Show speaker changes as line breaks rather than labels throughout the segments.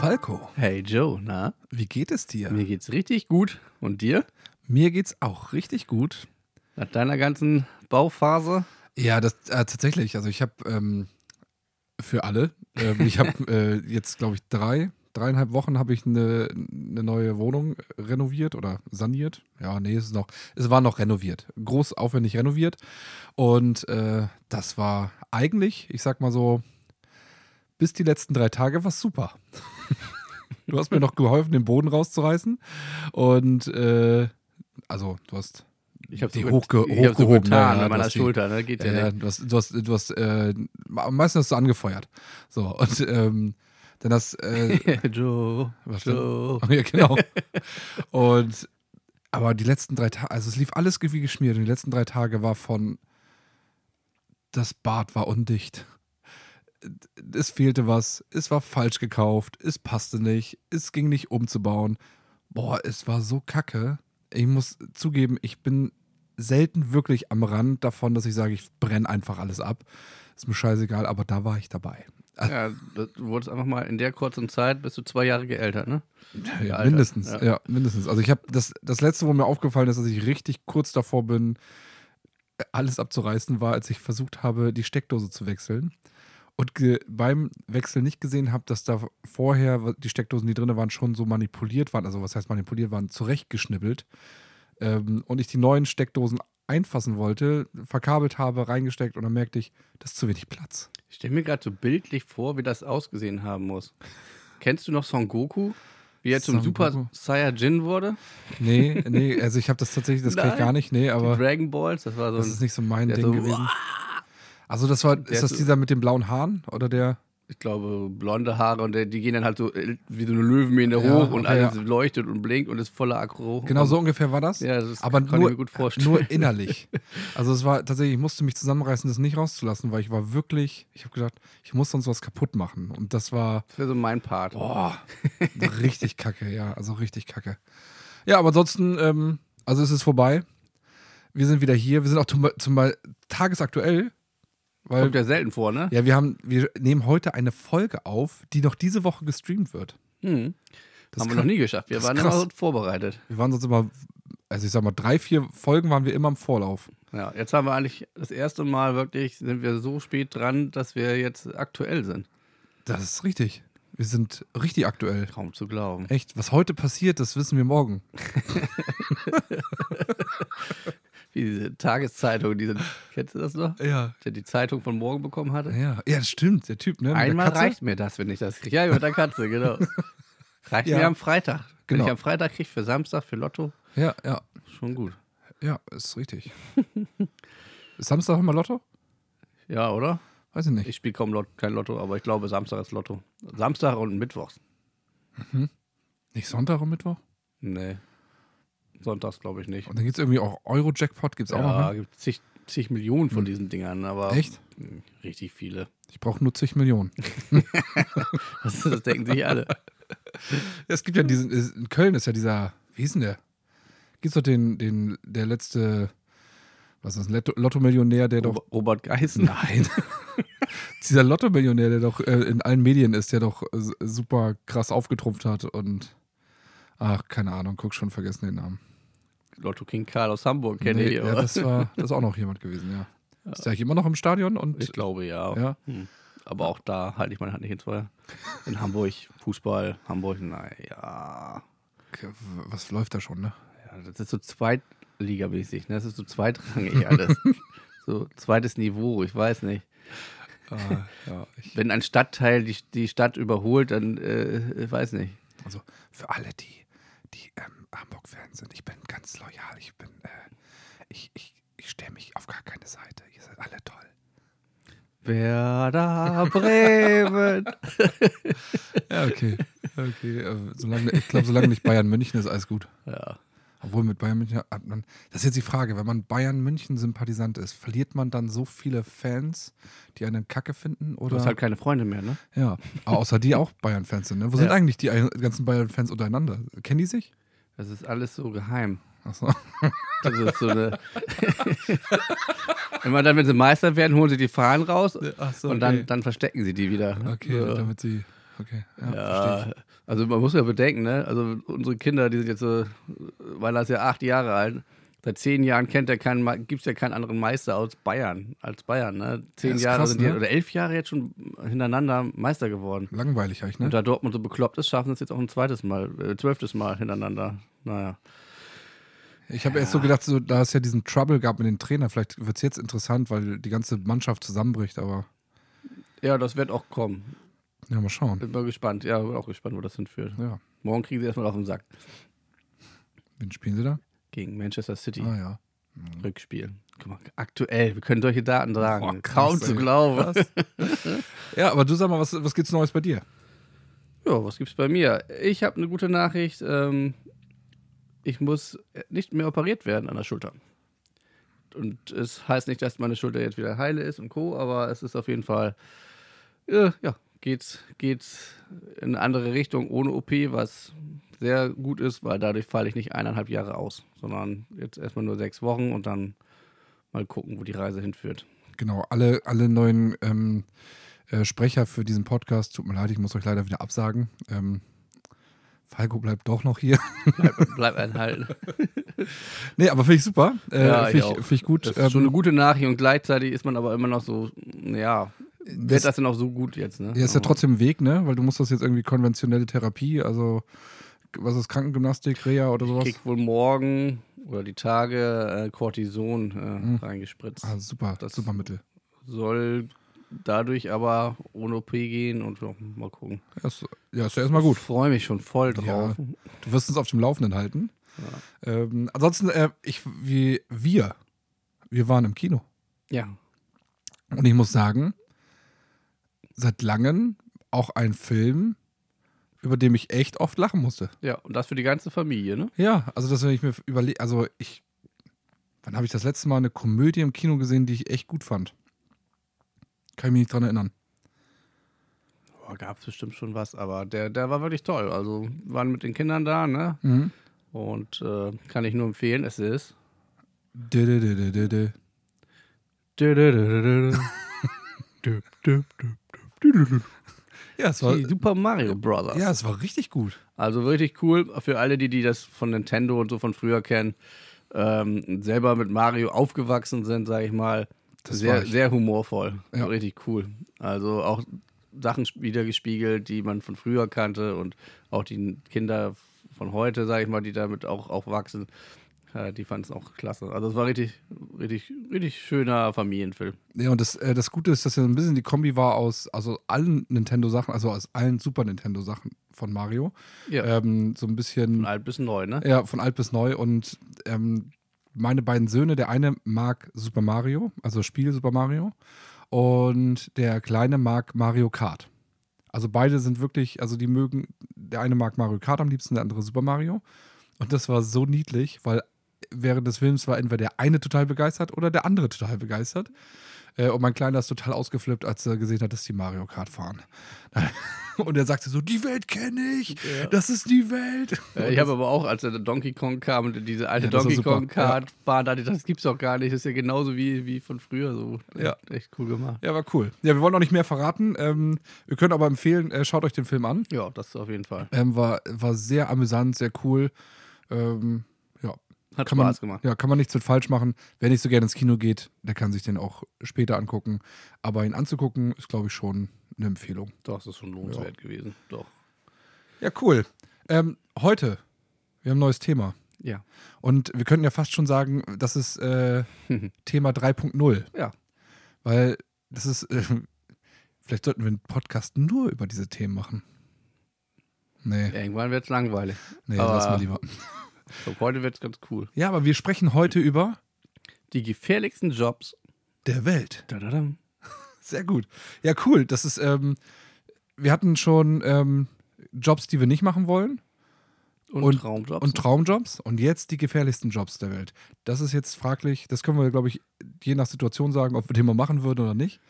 Falco,
Hey Joe, na?
wie geht es dir?
Mir geht's richtig gut. Und dir?
Mir geht's auch richtig gut.
Nach deiner ganzen Bauphase?
Ja, das äh, tatsächlich. Also ich habe ähm, für alle, ähm, ich habe äh, jetzt glaube ich drei, dreieinhalb Wochen habe ich eine, eine neue Wohnung renoviert oder saniert. Ja, nee, es ist noch, es war noch renoviert, groß aufwendig renoviert. Und äh, das war eigentlich, ich sag mal so, bis die letzten drei Tage war super. du hast mir noch geholfen, den Boden rauszureißen und äh, also du hast
Ich hab's
Die
so
hochge-
ich hab's so
hochgehoben,
getan
ja,
an meiner
dass die-
Schulter, ne? Geht ja,
ja, ja,
nicht.
du hast, du hast, du hast äh, am meisten hast du angefeuert. So, und ähm, dann hast äh,
Joe,
was denn?
Joe.
ja, genau. Und aber die letzten drei Tage, also es lief alles wie geschmiert. Und die letzten drei Tage war von das Bad war undicht. Es fehlte was, es war falsch gekauft, es passte nicht, es ging nicht umzubauen. Boah, es war so kacke. Ich muss zugeben, ich bin selten wirklich am Rand davon, dass ich sage, ich brenne einfach alles ab. Ist mir scheißegal, aber da war ich dabei.
Ja, das- du wurdest einfach mal in der kurzen Zeit, bist du zwei Jahre geältert, ne?
Ja,
Alter.
mindestens,
Ja.
ja. mindestens. Also ich habe das, das letzte, wo mir aufgefallen ist, dass ich richtig kurz davor bin, alles abzureißen, war, als ich versucht habe, die Steckdose zu wechseln und ge beim Wechsel nicht gesehen habe, dass da vorher die Steckdosen, die drin waren, schon so manipuliert waren. Also was heißt manipuliert waren? Zurechtgeschnippelt. Ähm, und ich die neuen Steckdosen einfassen wollte, verkabelt habe, reingesteckt und dann merkte ich, das ist zu wenig Platz.
Ich stelle mir gerade so bildlich vor, wie das ausgesehen haben muss. Kennst du noch Son Goku? Wie er zum
Son
Super
Goku.
Saiyajin wurde?
Nee, nee, also ich habe das tatsächlich, das kann ich
Nein.
gar nicht, nee, aber...
Die Dragon Balls, das war so
Das
ein,
ist nicht so mein
der
Ding
so,
gewesen. Also das war,
Der
ist das
so-
dieser mit dem blauen Haaren oder der?
ich glaube, blonde Haare und der- die gehen dann halt so äh, wie so eine Löwenmähne
Ja,
hoch und
okay,
alles
ja.
leuchtet und blinkt und ist voller Aggro.
Genau
und,
so ungefähr war das.
Ja, das
aber
kann
nur,
ich mir gut vorstellen.
nur innerlich. Also es war tatsächlich, ich musste mich zusammenreißen, das nicht rauszulassen, weil ich war wirklich, ich habe gedacht, ich muss sonst was kaputt machen. Und das war
das wäre so mein Part.
boah, richtig kacke, ja, also richtig kacke. Ja, aber ansonsten, ähm, also es ist vorbei. Wir sind wieder hier. Wir sind auch zum, zum tagesaktuell, weil
Kommt ja selten vor, ne?
ja wir haben, wir nehmen heute eine Folge auf, die noch diese Woche gestreamt wird.
Hm.
Das
haben wir
kann-
noch nie geschafft. Wir
das ist
waren
krass.
immer vorbereitet.
Wir waren sonst immer, also ich sag mal, drei, vier Folgen waren wir immer im Vorlauf.
Ja, jetzt haben wir eigentlich das erste Mal wirklich, sind wir so spät dran, dass wir jetzt aktuell sind.
Das ist richtig. Wir sind richtig aktuell.
Kaum zu glauben.
Echt, was heute passiert, das wissen wir morgen.
Wie diese Tageszeitung, diese, kennst du das noch?
Ja.
Der die Zeitung von morgen bekommen hatte.
Ja, ja das stimmt, der Typ, ne? mit der
Einmal
Katze.
reicht mir das, wenn ich das kriege. Ja, mit der Katze, genau. Reicht
Ja.
mir am Freitag. Wenn
Genau.
ich am Freitag kriege für Samstag, für Lotto,
Ja, ja,
schon gut.
ja, ist richtig. ist Samstag immer Lotto?
Ja, oder?
Weiß ich nicht.
Ich spiele kaum Lot kein Lotto, aber ich glaube, Samstag ist Lotto. Samstag und Mittwochs.
nicht Sonntag und Mittwoch?
Nee. Sonntags glaube ich nicht.
Und dann gibt's irgendwie auch Euro-Jackpot, gibt's auch
Ja,
noch. Ne? Hm.
gibt zig, zig Millionen von diesen Dingern, aber
Echt?
Hm, richtig viele.
Ich brauche nur zig Millionen.
Das, das denken sich alle.
es gibt ja diesen, ist- in Köln ist ja dieser, wie hieß denn der? Gibt's doch den, den, der letzte, was ist das, Lotto- Lotto-Millionär, der doch
Rob- Robert Geißen.
Nein. Dieser Lotto-Millionär, der doch äh, in allen Medien ist, der doch äh, s- super krass aufgetrumpft hat und. Ach, keine Ahnung, guck schon, vergessen den Namen.
Lotto King Karl aus Hamburg kenne
Nee,
ich.
ja,
Aber.
das war das ist auch noch jemand gewesen, ja. Ist der eigentlich immer noch im Stadion? Und,
ich glaube ja.
Ja.
Hm. Aber auch da halte ich meine Hand nicht ins Feuer. In Hamburg, Fußball, Hamburg, naja.
Okay, w- was läuft da schon, ne?
Ja, das ist so zweitligamäßig, ne? Das ist so zweitrangig alles. so zweites Niveau, ich weiß nicht.
Ah, ja, ich,
Wenn ein Stadtteil die, die Stadt überholt, dann äh, ich weiß nicht.
also für alle, die, die ähm, Hamburg-Fans sind, ich bin ganz loyal. Ich bin, äh, ich, ich, ich stelle mich auf gar keine Seite. Ihr seid alle toll.
Werder Bremen.
Ja, okay. okay. äh, Solange, ich glaube, solange nicht Bayern München ist, alles gut.
ja.
Obwohl mit Bayern München hat man. Das ist jetzt die Frage, wenn man Bayern München Sympathisant ist, verliert man dann so viele Fans, die einen Kacke finden?
Du
Oder?
hast halt keine Freunde mehr, ne?
ja. Aber außer die auch Bayern Fans sind. Ne? Wo sind
Ja.
eigentlich die ganzen Bayern Fans untereinander? Kennen die sich?
Das ist alles so geheim.
Achso.
Das ist so eine. Immer dann, wenn sie Meister werden, holen sie die Fahnen raus
Ach so,
und dann,
okay.
dann verstecken sie die wieder. ne?
Okay,
so.
damit sie. Okay. Ja, verstehe
ja, Also man muss ja bedenken, ne? Also unsere Kinder, die sind jetzt so, weil er ist ja acht Jahre alt. Seit zehn Jahren kennt er keinen, gibt es ja keinen anderen Meister aus Bayern, als Bayern. Ne? Zehn
ist
Jahre
krass,
sind die,
ne?
oder elf Jahre jetzt schon hintereinander Meister geworden.
Langweilig eigentlich,
Und
ne?
da Dortmund so bekloppt ist, schaffen sie es jetzt auch ein zweites Mal, äh, zwölftes Mal hintereinander. Naja.
Ich habe erst so gedacht, so, da es ja diesen Trouble gab mit dem Trainer, vielleicht wird es jetzt interessant, weil die ganze Mannschaft zusammenbricht, aber
Ja, das wird auch kommen.
ja, mal schauen.
Bin mal gespannt. Ja, bin auch gespannt, wo das hinführt.
Ja,
Morgen kriegen sie erstmal auf den Sack
wen spielen sie da?
gegen Manchester City.
Ah ja.
Rückspiel. Guck mal, aktuell, wir können solche Daten sagen.
Boah, krass,
Kaum zu
ey.
glauben.
Ja, aber du sag mal, was, was gibt's Neues bei dir?
Ja, was gibt's bei mir? Ich habe eine gute Nachricht. Ähm, ich muss äh, nicht mehr operiert werden an der Schulter. Und es heißt nicht, dass meine Schulter jetzt wieder heile ist und Co., aber es ist auf jeden Fall, äh, ja, geht's, geht's in eine andere Richtung ohne OP, was sehr gut ist, weil dadurch falle ich nicht eineinhalb Jahre aus, sondern jetzt erstmal nur sechs Wochen und dann mal gucken, wo die Reise hinführt.
Genau, alle, alle neuen ähm, äh, Sprecher für diesen Podcast, tut mir leid, ich muss euch leider wieder absagen. Ähm, Falco bleibt doch noch hier.
Bleib, bleib einhalten.
nee, aber finde ich super. Äh,
Ja, ich
finde
auch.
ich, find ich gut.
Das
Ähm,
ist schon eine gute Nachricht und gleichzeitig ist man aber immer noch so, ja,
das-
wird das denn auch so gut jetzt, ne?
Ja, ist ja
Aber-
trotzdem ein Weg, ne? Weil du musst das jetzt irgendwie konventionelle Therapie, also was ist Krankengymnastik, Reha oder sowas?
Ich krieg wohl morgen oder die Tage äh, Cortison äh, reingespritzt.
Ah, super,
Das-
super Mittel.
Soll dadurch aber ohne OP gehen und ja, mal gucken.
Ja, ist, ja, ist ja erstmal gut.
Ich freue mich schon voll
Ja,
drauf.
du wirst uns auf dem Laufenden halten. Ähm, ansonsten, äh, ich, wie, wir, wir waren im Kino.
Ja.
Und ich muss sagen, seit langem auch ein Film, über den ich echt oft lachen musste.
ja, und das für die ganze Familie, ne?
Ja, also das, wenn ich mir überlege, also ich, wann habe ich das letzte Mal eine Komödie im Kino gesehen, die ich echt gut fand? Kann ich mich nicht dran erinnern.
Boah, gab's bestimmt schon was, aber der, der war wirklich toll. Also waren mit den Kindern da, ne?
Mhm.
Und äh, kann ich nur empfehlen, es ist
Dö, dö, dö, dö, dö, dö. Ja, es war,
Die Super Mario Brothers.
ja, es war richtig gut.
Also richtig cool. Für alle, die, die das von Nintendo und so von früher kennen, ähm, selber mit Mario aufgewachsen sind, sage ich mal.
Das war
sehr,
ich.
sehr humorvoll.
Ja.
Richtig cool. Also auch Sachen wiedergespiegelt, die man von früher kannte und auch die Kinder von heute, sage ich mal, die damit auch aufwachsen, äh, die fanden es auch klasse. Also es war richtig, richtig, richtig schöner Familienfilm.
Ja, und das, äh, das Gute ist, dass ja so ein bisschen die Kombi war aus also allen Nintendo-Sachen, also aus allen Super Nintendo-Sachen von Mario.
Ja,
Ähm, so ein bisschen.
von alt bis neu, ne?
Ja, von alt bis neu. Und ähm, meine beiden Söhne, der eine mag Super Mario, also Spiel Super Mario. Und der kleine mag Mario Kart. Also beide sind wirklich, also die mögen, der eine mag Mario Kart am liebsten, der andere Super Mario. Und das war so niedlich, weil während des Films war entweder der eine total begeistert oder der andere total begeistert. Äh, Und mein Kleiner ist total ausgeflippt, als er gesehen hat, dass die Mario Kart fahren. Und er sagte so, die Welt kenne ich,
Ja.
das ist die Welt.
Äh, ich habe aber auch, als der Donkey Kong kam, und diese alte
Ja, das war
Donkey
super.
Kong Kart Bahn, dachte ich, das gibt's doch gar nicht. Das ist ja genauso wie, wie von früher so.
Ja.
Echt cool gemacht.
Ja, war cool. Ja, wir wollen auch nicht mehr verraten. Ähm, wir können aber empfehlen, äh, schaut euch den Film an.
Ja, das auf jeden Fall.
Ähm, war, war sehr amüsant, sehr cool. Ähm, ja.
Hat
Kann man,
Spaß gemacht.
ja, kann man nichts mit falsch machen. Wer nicht so gerne ins Kino geht, der kann sich den auch später angucken. Aber ihn anzugucken, ist, glaube ich, schon eine Empfehlung.
Doch, das ist schon lohnenswert gewesen. Doch.
Ja, cool. Ähm, heute, wir haben ein neues Thema.
Ja.
Und wir könnten ja fast schon sagen, das ist äh, Thema 3.0.
Ja.
Weil das ist, äh, vielleicht sollten wir einen Podcast nur über diese Themen machen. Nee,
Irgendwann wird's langweilig.
nee,
aber-
lass mal lieber.
So, heute wird's ganz cool.
Ja, aber wir sprechen heute über
Die gefährlichsten Jobs.
der Welt.
Dadadam.
Sehr gut. Ja, cool. Das ist, ähm, wir hatten schon ähm, Jobs, die wir nicht machen wollen
Und,
Und-
Traumjobs.
und Traumjobs und jetzt die gefährlichsten Jobs der Welt. Das ist jetzt fraglich, das können wir, glaube ich, je nach Situation sagen, ob wir den mal machen würden oder nicht.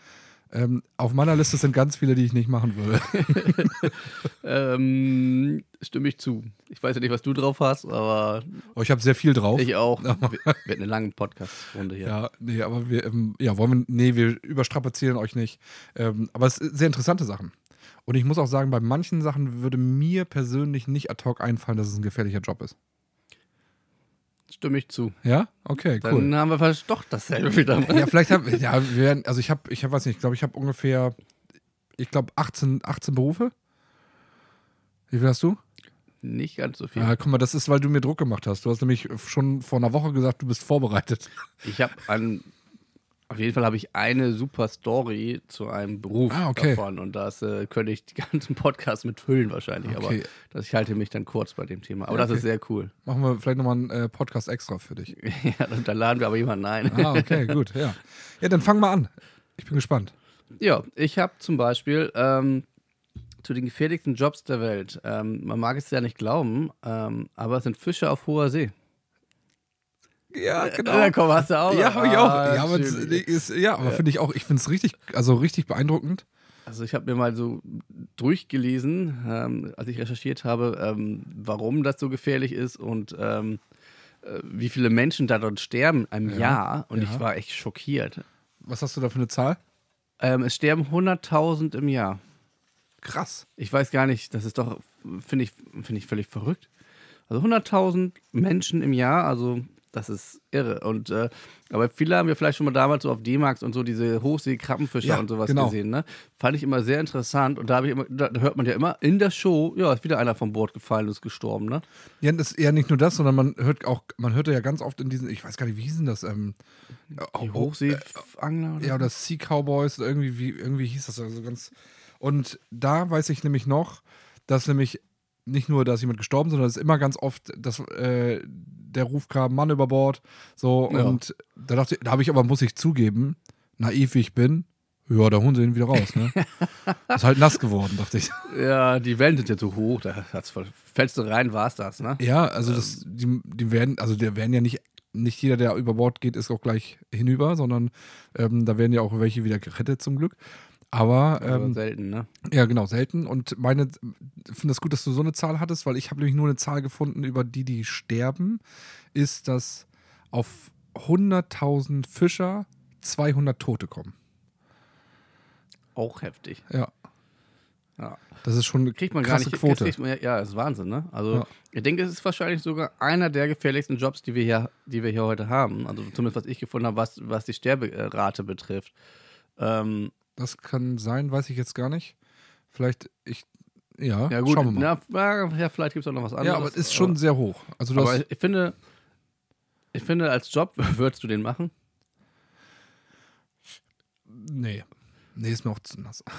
Ähm, auf meiner Liste sind ganz viele, die ich nicht machen würde.
ähm, stimme ich zu. Ich weiß ja nicht, was du drauf hast, aber
Oh, ich habe sehr viel drauf.
ich auch. Wird wird eine lange Podcast-Runde hier.
Ja, nee, aber wir, ähm, ja, wollen wir, nee, wir überstrapazieren euch nicht. Ähm, aber es sind sehr interessante Sachen. Und ich muss auch sagen, bei manchen Sachen würde mir persönlich nicht ad hoc einfallen, dass es ein gefährlicher Job ist.
Stimme ich zu.
Ja? Okay,
Dann
cool.
haben wir fast doch dasselbe wieder.
Ja, vielleicht haben ja, wir werden, also ich habe, ich hab, weiß nicht, ich glaube, ich habe ungefähr, ich glaube, 18, 18 Berufe. Wie viel hast du?
Nicht ganz so viel.
Ja, guck mal, das ist, weil du mir Druck gemacht hast. Du hast nämlich schon vor einer Woche gesagt, du bist vorbereitet.
Ich habe an. Auf jeden Fall habe ich eine super Story zu einem Beruf
Ah, okay.
davon und das äh, könnte ich die ganzen Podcasts mit füllen wahrscheinlich,
Okay.
aber das, ich halte mich dann kurz bei dem Thema. Aber
Ja,
das ist sehr cool.
Machen wir vielleicht nochmal einen äh, Podcast extra für dich.
ja, dann- da laden wir aber jemanden ein.
Ah, okay, gut, ja. Ja, dann fang mal an. Ich bin gespannt.
Ja, ich habe zum Beispiel ähm, zu den gefährlichsten Jobs der Welt. Ähm, man mag es ja nicht glauben, ähm, aber es sind Fische auf hoher See.
Ja, genau.
Na komm, hast du auch.
ja, habe ich auch.
Ah,
ja, aber, es
schön.
ist, ja, aber finde ich auch, ich finde es richtig, also richtig beeindruckend.
Also ich habe mir mal so durchgelesen, ähm, als ich recherchiert habe, ähm, warum das so gefährlich ist und ähm, äh, wie viele Menschen da dort sterben im
Ja,
Jahr. Und
ja.
ich war echt schockiert.
Was hast du da für eine Zahl?
Ähm, es sterben 100.000 im Jahr.
Krass.
Ich weiß gar nicht, das ist doch, finde ich, finde ich völlig verrückt. Also 100.000 Menschen im Jahr, also das ist irre. Und äh, aber viele haben ja vielleicht schon mal damals so auf D-Max und so diese Hochsee-Krabbenfischer
Ja,
und sowas
genau.
gesehen. Ne? Fand ich immer sehr interessant. Und da, habe ich immer, da da hört man ja immer in der Show, ja, ist wieder einer vom Bord gefallen und ist gestorben. Ne?
Ja, das ist eher nicht nur das, sondern man hört auch, man hörte ja ganz oft in diesen, ich weiß gar nicht, wie hießen das, ähm,
Die Hochseeangler. oder?
Ja, oder Sea Cowboys oder irgendwie, wie, irgendwie hieß das also ganz. Und da weiß ich nämlich noch, dass nämlich nicht nur, dass jemand gestorben, sondern es ist immer ganz oft, dass äh, der Ruf kam, Mann über Bord. So,
Ja.
und da dachte ich, da habe ich aber, muss ich zugeben, naiv wie ich bin, ja, da holen sie ihn wieder raus, ne? ist halt nass geworden, dachte ich.
ja, die Wellen sind ja zu hoch. Da hat's voll, fällst du rein, war's das. Ne?
Ja, also das,
Ähm.
die, die werden, also der werden ja nicht, nicht jeder, der über Bord geht, ist auch gleich hinüber, sondern ähm, da werden ja auch welche wieder gerettet zum Glück. Aber,
Aber
ähm,
selten, ne?
Ja, genau, selten. Und meine, finde das gut, dass du so eine Zahl hattest, weil ich habe nämlich nur eine Zahl gefunden, über die, die sterben, ist, dass auf 100.000 Fischer 200 Tote kommen.
Auch heftig.
Ja.
Ja.
Das ist schon eine
Kriegt man
krasse
gar nicht.
Quote.
Kriegt man, ja, ist Wahnsinn, ne? Also
Ja.
ich denke, es ist wahrscheinlich sogar einer der gefährlichsten Jobs, die wir hier, die wir hier heute haben. Also zumindest was ich gefunden habe, was, was die Sterberate betrifft. Ähm,
Das kann sein, weiß ich jetzt gar nicht. Vielleicht, ich, ja,
ja gut, ne,
schauen wir mal.
Na, ja, vielleicht gibt es auch noch was anderes.
ja, aber es ist schon sehr hoch. Also du
Aber,
hast,
aber ich finde, ich finde, als Job würdest du den machen.
nee, nee, ist mir auch zu nass.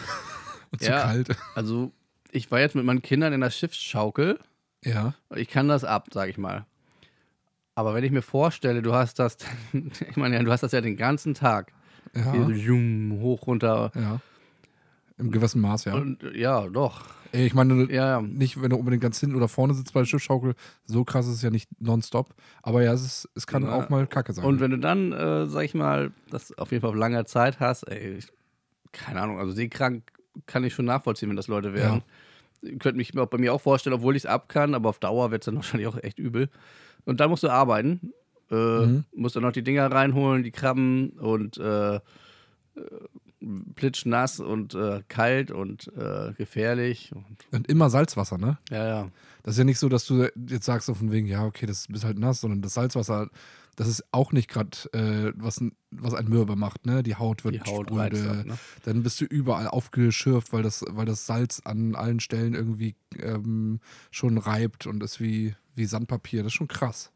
Und zu
Ja.
kalt.
Also ich war jetzt mit meinen Kindern in der Schiffsschaukel.
Ja.
Ich kann das ab, sag ich mal. Aber wenn ich mir vorstelle, du hast das, ich meine, du hast das ja den ganzen Tag. Hier so
Ja.
zoom, hoch, runter.
ja. Im gewissen Maß, ja.
Und äh, ja, doch.
Ey, Ich meine,
Ja, ja.
nicht, wenn du unbedingt ganz hinten oder vorne sitzt bei der Schiffschaukel, so krass ist es ja nicht nonstop. Aber ja, es, ist, es kann
Na,
auch mal kacke sein.
Und wenn du dann, äh, sag ich mal, das auf jeden Fall auf langer Zeit hast, ey, ich, keine Ahnung, also seekrank kann ich schon nachvollziehen, wenn das Leute werden. Ich Könnte mich auch bei mir auch vorstellen, obwohl ich es ab kann, aber auf Dauer wird es dann wahrscheinlich auch echt übel. Und dann musst du arbeiten. Äh,
Mhm.
Musst dann noch die Dinger reinholen, die Krabben und äh, äh, plitschnass und äh, kalt und äh, gefährlich. Und,
Und immer Salzwasser, ne?
ja, ja.
Das ist ja nicht so, dass du jetzt sagst so von wegen, ja, okay, das bist halt nass, sondern das Salzwasser, das ist auch nicht gerade, äh, was, ein- was ein Mürbe macht, ne? Die Haut wird
Die Haut
spröde.
reizt ab, ne?
Dann bist du überall aufgeschürft, weil das, weil das Salz an allen Stellen irgendwie ähm, schon reibt und ist wie, wie Sandpapier. Das ist schon krass.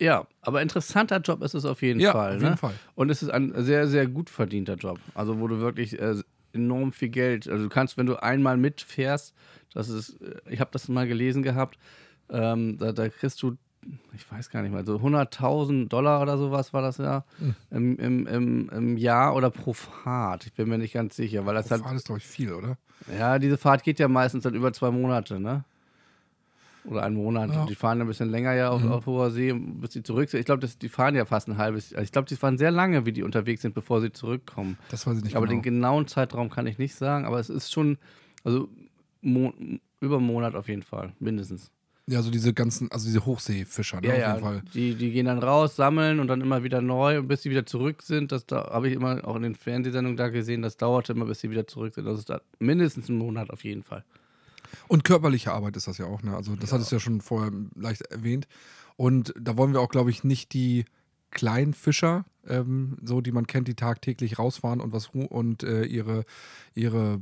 Ja, aber interessanter Job ist es auf jeden
Ja,
Fall.
auf jeden
ne?
Fall.
Und es ist ein sehr, sehr gut verdienter Job. Also wo du wirklich äh, enorm viel Geld, also du kannst, wenn du einmal mitfährst, das ist, äh, ich habe das mal gelesen gehabt, ähm, da, da kriegst du, ich weiß gar nicht mal, so 100.000 Dollar oder sowas war das ja im, im, im, im Jahr oder pro Fahrt. Ich bin mir nicht ganz sicher, weil das
Das
halt,
ist, glaube ich, viel, oder?
ja, diese Fahrt geht ja meistens dann über zwei Monate, ne? Oder einen Monat.
Ja. Mhm.
Die fahren ein bisschen länger ja auf, auf hoher See, bis sie zurück sind. Ich glaube, das- die fahren ja fast ein halbes Also ich glaube, die fahren sehr lange, wie die unterwegs sind, bevor sie zurückkommen.
Das weiß ich nicht
aber
genau.
den genauen Zeitraum kann ich nicht sagen, aber es ist schon, also Mo über einen Monat auf jeden Fall, mindestens.
Ja, so diese ganzen, also diese Hochseefischer, ne,
Ja,
auf
ja.
jeden Fall.
Die, die gehen dann raus, sammeln und dann immer wieder neu und bis sie wieder zurück sind, das da habe ich immer auch in den Fernsehsendungen da gesehen, das dauerte immer, bis sie wieder zurück sind. Das ist da mindestens ein Monat auf jeden Fall.
Und körperliche Arbeit ist das ja auch, ne? Also das hattest du ja schon vorher leicht erwähnt. Und da wollen wir auch, glaube ich, nicht die kleinen Fischer, ähm, so die man kennt, die tagtäglich rausfahren und was ru- und äh, ihre, ihre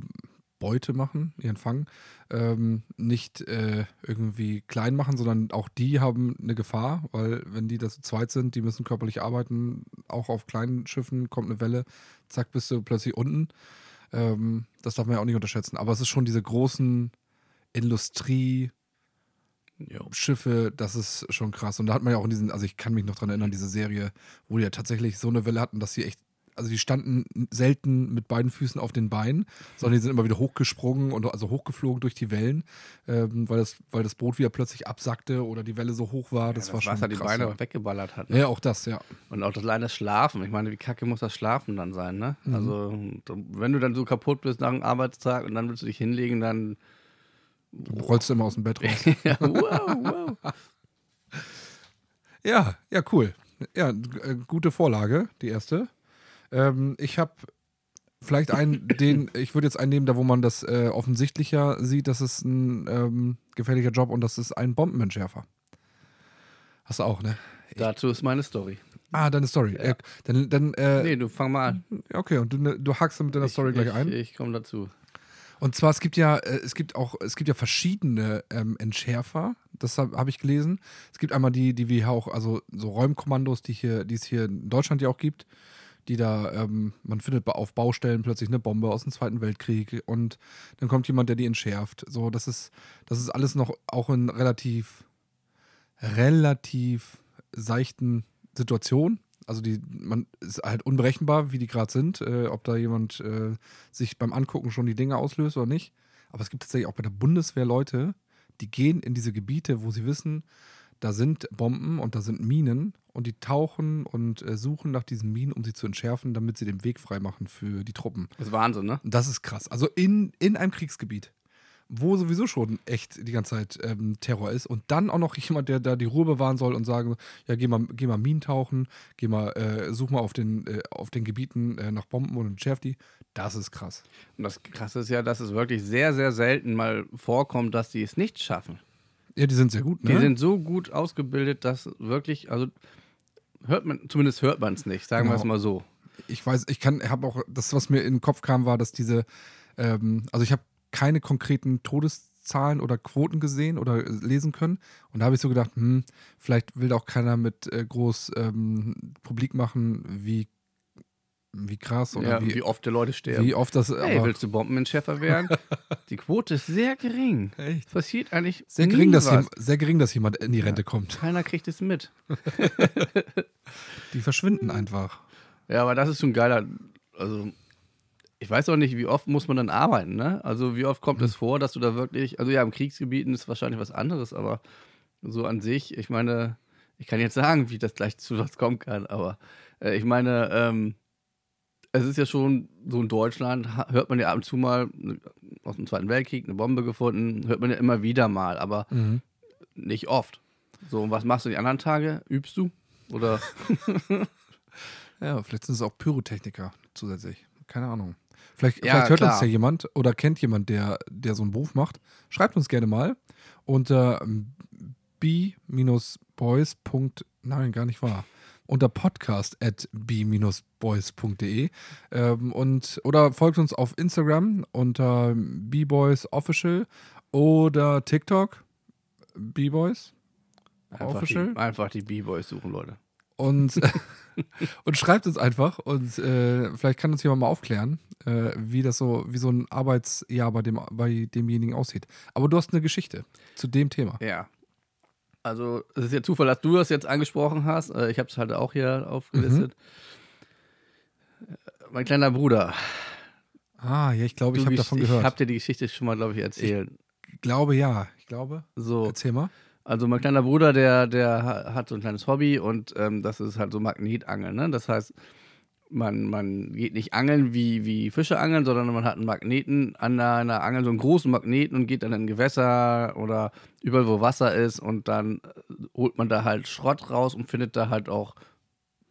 Beute machen, ihren Fang, ähm, nicht äh, irgendwie klein machen, sondern auch die haben eine Gefahr, weil wenn die das zu zweit sind, die müssen körperlich arbeiten, auch auf kleinen Schiffen kommt eine Welle, zack, bist du plötzlich unten. Ähm, das darf man ja auch nicht unterschätzen. Aber es ist schon diese großen Industrie,
Jo.
Schiffe, das ist schon krass. Und da hat man ja auch in diesen, also ich kann mich noch dran erinnern, diese Serie, wo die ja tatsächlich so eine Welle hatten, dass sie echt, also die standen selten mit beiden Füßen auf den Beinen, sondern die sind immer wieder hochgesprungen und also hochgeflogen durch die Wellen, ähm, weil, das, weil das Boot wieder plötzlich absackte oder die Welle so hoch war. das, war schon
Wasser die
krass. ne?
Beine weggeballert hat. ne?
ja. ja, auch das, ja.
Und auch das allein das Schlafen. Ich meine, wie kacke muss das Schlafen dann sein, ne?
Mhm.
Also, wenn du dann so kaputt bist nach einem Arbeitstag und dann willst du dich hinlegen, dann.
Dann rollst du immer aus dem Bett raus.
ja, wow, wow.
Ja, ja, cool. Ja, g- äh, gute Vorlage, die erste. Ähm, ich habe vielleicht einen, den, ich würde jetzt einen nehmen, da wo man das äh, offensichtlicher sieht, dass es ein ähm, gefährlicher Job und das ist ein Bombenentschärfer. Hast du auch, ne?
Dazu ist meine Story.
Ah, deine Story. Äh, dann, dann, äh,
Nee, du fang mal an.
okay, und du, ne, du hakst mit deiner Story gleich
ich,
ein.
Ich komme dazu.
Und zwar, es gibt ja, äh, es gibt auch, es gibt ja verschiedene ähm, Entschärfer, das habe hab ich gelesen. Es gibt einmal die, die wir hier auch, also so Räumkommandos, die hier, die es hier in Deutschland ja auch gibt, die da, ähm, man findet ba- auf Baustellen plötzlich eine Bombe aus dem Zweiten Weltkrieg und dann kommt jemand, der die entschärft. So, das ist, das ist alles noch auch in relativ, relativ seichten Situationen. Also die, man ist halt unberechenbar, wie die gerade sind, äh, ob da jemand äh, sich beim Angucken schon die Dinge auslöst oder nicht. Aber es gibt tatsächlich auch bei der Bundeswehr Leute, die gehen in diese Gebiete, wo sie wissen, da sind Bomben und da sind Minen und die tauchen und äh, suchen nach diesen Minen, um sie zu entschärfen, damit sie den Weg freimachen für die Truppen.
Das ist Wahnsinn, ne?
Und Das ist krass. Also in, in einem Kriegsgebiet, wo sowieso schon echt die ganze Zeit ähm, Terror ist und dann auch noch jemand, der da die Ruhe bewahren soll und sagen, ja, geh mal, geh mal Minen tauchen, geh mal, äh, such mal auf den, äh, auf den Gebieten äh, nach Bomben und entschärf die. Das ist krass.
Und das Krasse ist ja, dass es wirklich sehr, sehr selten mal vorkommt, dass die es nicht schaffen.
Ja, die sind sehr gut, ne?
Die sind so gut ausgebildet, dass wirklich, also hört man, zumindest hört man es nicht, sagen wir es
Genau.
mal so.
ich weiß, ich kann, habe auch, das, was mir in den Kopf kam, war, dass diese, ähm, also ich habe keine konkreten Todeszahlen oder Quoten gesehen oder äh, lesen können. Und da habe ich so gedacht, hm, vielleicht will da auch keiner mit äh, groß ähm, publik machen, wie, wie krass oder
ja,
wie,
wie,
wie,
oft die Leute sterben.
oft das.
Hey,
aber-
willst du Bombenentschärfer werden? die Quote ist sehr gering.
Echt?
Es passiert eigentlich
Sehr
nie
gering, dass
was.
jem- sehr gering, dass jemand in die Rente kommt.
Keiner kriegt es mit.
Die verschwinden einfach.
Ja, aber das ist schon geiler. Also, ich weiß auch nicht, wie oft muss man dann arbeiten, ne? Also, wie oft kommt es vor, dass du da wirklich, also ja, im Kriegsgebieten ist wahrscheinlich was anderes, aber so an sich, ich meine, ich kann jetzt sagen, wie das gleich zu was kommen kann, aber äh, ich meine, ähm, es ist ja schon so in Deutschland, ha- hört man ja ab und zu mal ne, aus dem Zweiten Weltkrieg eine Bombe gefunden, hört man ja immer wieder mal, aber
Mhm.
nicht oft. So, und was machst du die anderen Tage? Übst du? Oder
Ja, vielleicht sind es auch Pyrotechniker zusätzlich. Keine Ahnung. Vielleicht,
Ja,
vielleicht hört
klar.
uns ja jemand oder kennt jemand, der, der so einen Beruf macht. Schreibt uns gerne mal unter ähm, b-boys. Nein, gar nicht wahr. Unter podcast at b-boys.de ähm, und oder folgt uns auf Instagram unter b-boys official oder TikTok b-boys.
einfach
Official?
die, einfach die B-Boys suchen, Leute.
und, und schreibt uns einfach und äh, vielleicht kann uns jemand mal aufklären, äh, wie das so, wie so ein Arbeitsjahr bei, dem, bei demjenigen aussieht. Aber du hast eine Geschichte zu dem Thema.
Ja. Also, es ist ja Zufall, dass du das jetzt angesprochen hast. Äh, Ich habe es halt auch hier aufgelistet.
Mhm.
Äh, Mein kleiner Bruder.
Ah, ja, ich glaube, ich
Du,
habe davon
Ich
gehört.
habe dir die Geschichte schon mal, glaube ich, erzählt.
ich glaube, ja. Ich glaube.
so,
Erzähl mal.
also mein kleiner Bruder, der, der ha- hat so ein kleines Hobby und ähm, das ist halt so Magnetangeln. Ne? Das heißt, man, man geht nicht angeln wie, wie Fische angeln, sondern man hat einen Magneten an einer Angel, so einen großen Magneten und geht dann in Gewässer oder überall, wo Wasser ist und dann äh, holt man da halt Schrott raus und findet da halt auch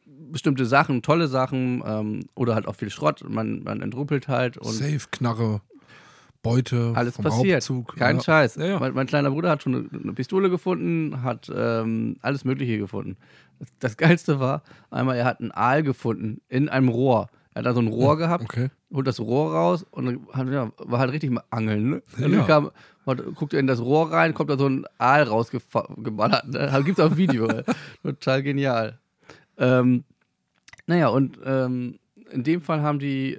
bestimmte Sachen, tolle Sachen ähm, oder halt auch viel Schrott. Man, man entrüppelt halt und
Safe, Knarre, Beute,
alles passiert.
Raubzug.
Kein
ja.
Scheiß.
Ja, ja.
Mein, mein kleiner Bruder hat schon eine, eine Pistole gefunden, hat ähm, alles Mögliche gefunden. Das, das Geilste war, einmal, er hat einen Aal gefunden in einem Rohr. Er hat da so ein Rohr gehabt,
Okay.
holt das Rohr raus und dann hat, ja, war halt richtig mal angeln. Ne? Und
Ja.
dann kam, hat, guckt er in das Rohr rein, kommt da so ein Aal rausgeballert. Ne? Gibt es auf Video. ey. Total genial. Ähm, naja, und ähm, in dem Fall haben die,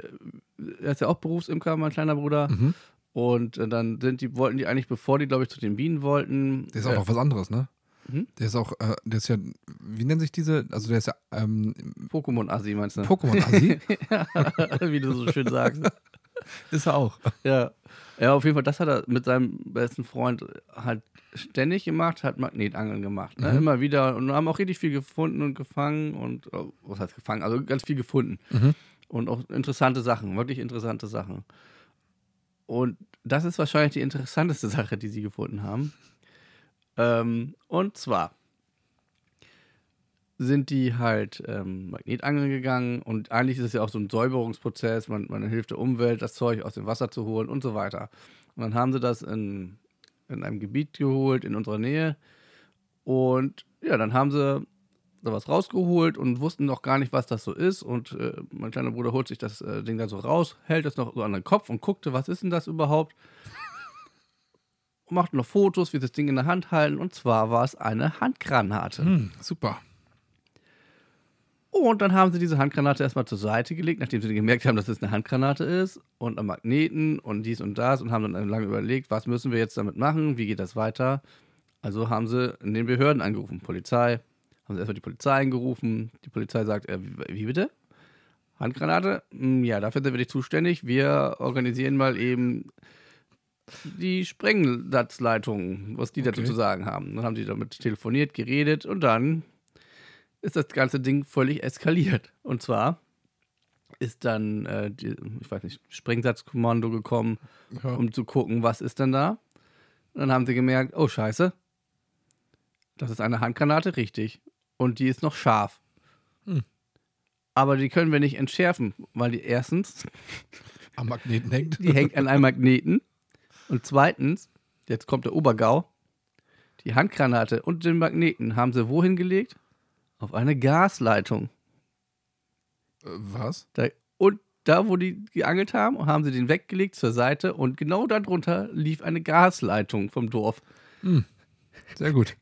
er ist ja auch Berufsimker, mein kleiner Bruder.
Mhm.
Und äh, dann sind die, wollten die eigentlich, bevor die, glaube ich, zu den Bienen wollten.
Der ist
äh,
auch noch was anderes, ne?
Mhm.
Der ist auch, äh, der ist ja, wie nennen sich diese? Also der ist ja ähm,
Pokémon-Assi, meinst du?
Pokémon-Assi.
Wie du so schön sagst.
ist er auch.
Ja. ja, auf jeden Fall, das hat er mit seinem besten Freund halt ständig gemacht, hat Magnetangeln gemacht. Ne?
Mhm.
Immer wieder und haben auch richtig viel gefunden und gefangen und, oh, was heißt gefangen, also ganz viel gefunden.
Mhm.
Und auch interessante Sachen, wirklich interessante Sachen. Und das ist wahrscheinlich die interessanteste Sache, die sie gefunden haben. Ähm, und zwar sind die halt ähm, Magnetangeln gegangen und eigentlich ist es ja auch so ein Säuberungsprozess, man, man hilft der Umwelt, das Zeug aus dem Wasser zu holen und so weiter. Und dann haben sie das in, in einem Gebiet geholt, in unserer Nähe. Und ja, dann haben sie da was rausgeholt und wussten noch gar nicht, was das so ist. Und äh, mein kleiner Bruder holt sich das äh, Ding da so raus, hält es noch so an den Kopf und guckte, was ist denn das überhaupt? Und macht noch Fotos, wie sie das Ding in der Hand halten. Und zwar war es eine Handgranate.
Hm, super.
Und dann haben sie diese Handgranate erstmal zur Seite gelegt, nachdem sie gemerkt haben, dass es eine Handgranate ist und am Magneten und dies und das und haben dann lange überlegt, was müssen wir jetzt damit machen, wie geht das weiter. Also haben sie in den Behörden angerufen, Polizei, haben sie erstmal die Polizei angerufen. Die Polizei sagt, äh, wie, wie bitte? Handgranate? Hm, Ja, dafür sind wir nicht zuständig. Wir organisieren mal eben die Sprengsatzleitungen, was die dazu
Okay.
zu sagen haben. Dann haben die damit telefoniert, geredet und dann ist das ganze Ding völlig eskaliert. Und zwar ist dann, äh, die, ich weiß nicht, Sprengsatzkommando gekommen,
Ja.
um zu gucken, was ist denn da. Und dann haben sie gemerkt, oh scheiße, das ist eine Handgranate, richtig. Und die ist noch scharf.
Hm.
Aber die können wir nicht entschärfen, weil die erstens,
Am Magneten hängt.
die hängt an einem Magneten. Und zweitens, jetzt kommt der Obergau, die Handgranate und den Magneten haben sie wohin gelegt? Auf eine Gasleitung.
Äh, Was?
Da, und da, wo die geangelt haben, haben sie den weggelegt zur Seite und genau darunter lief eine Gasleitung vom Dorf.
Sehr gut.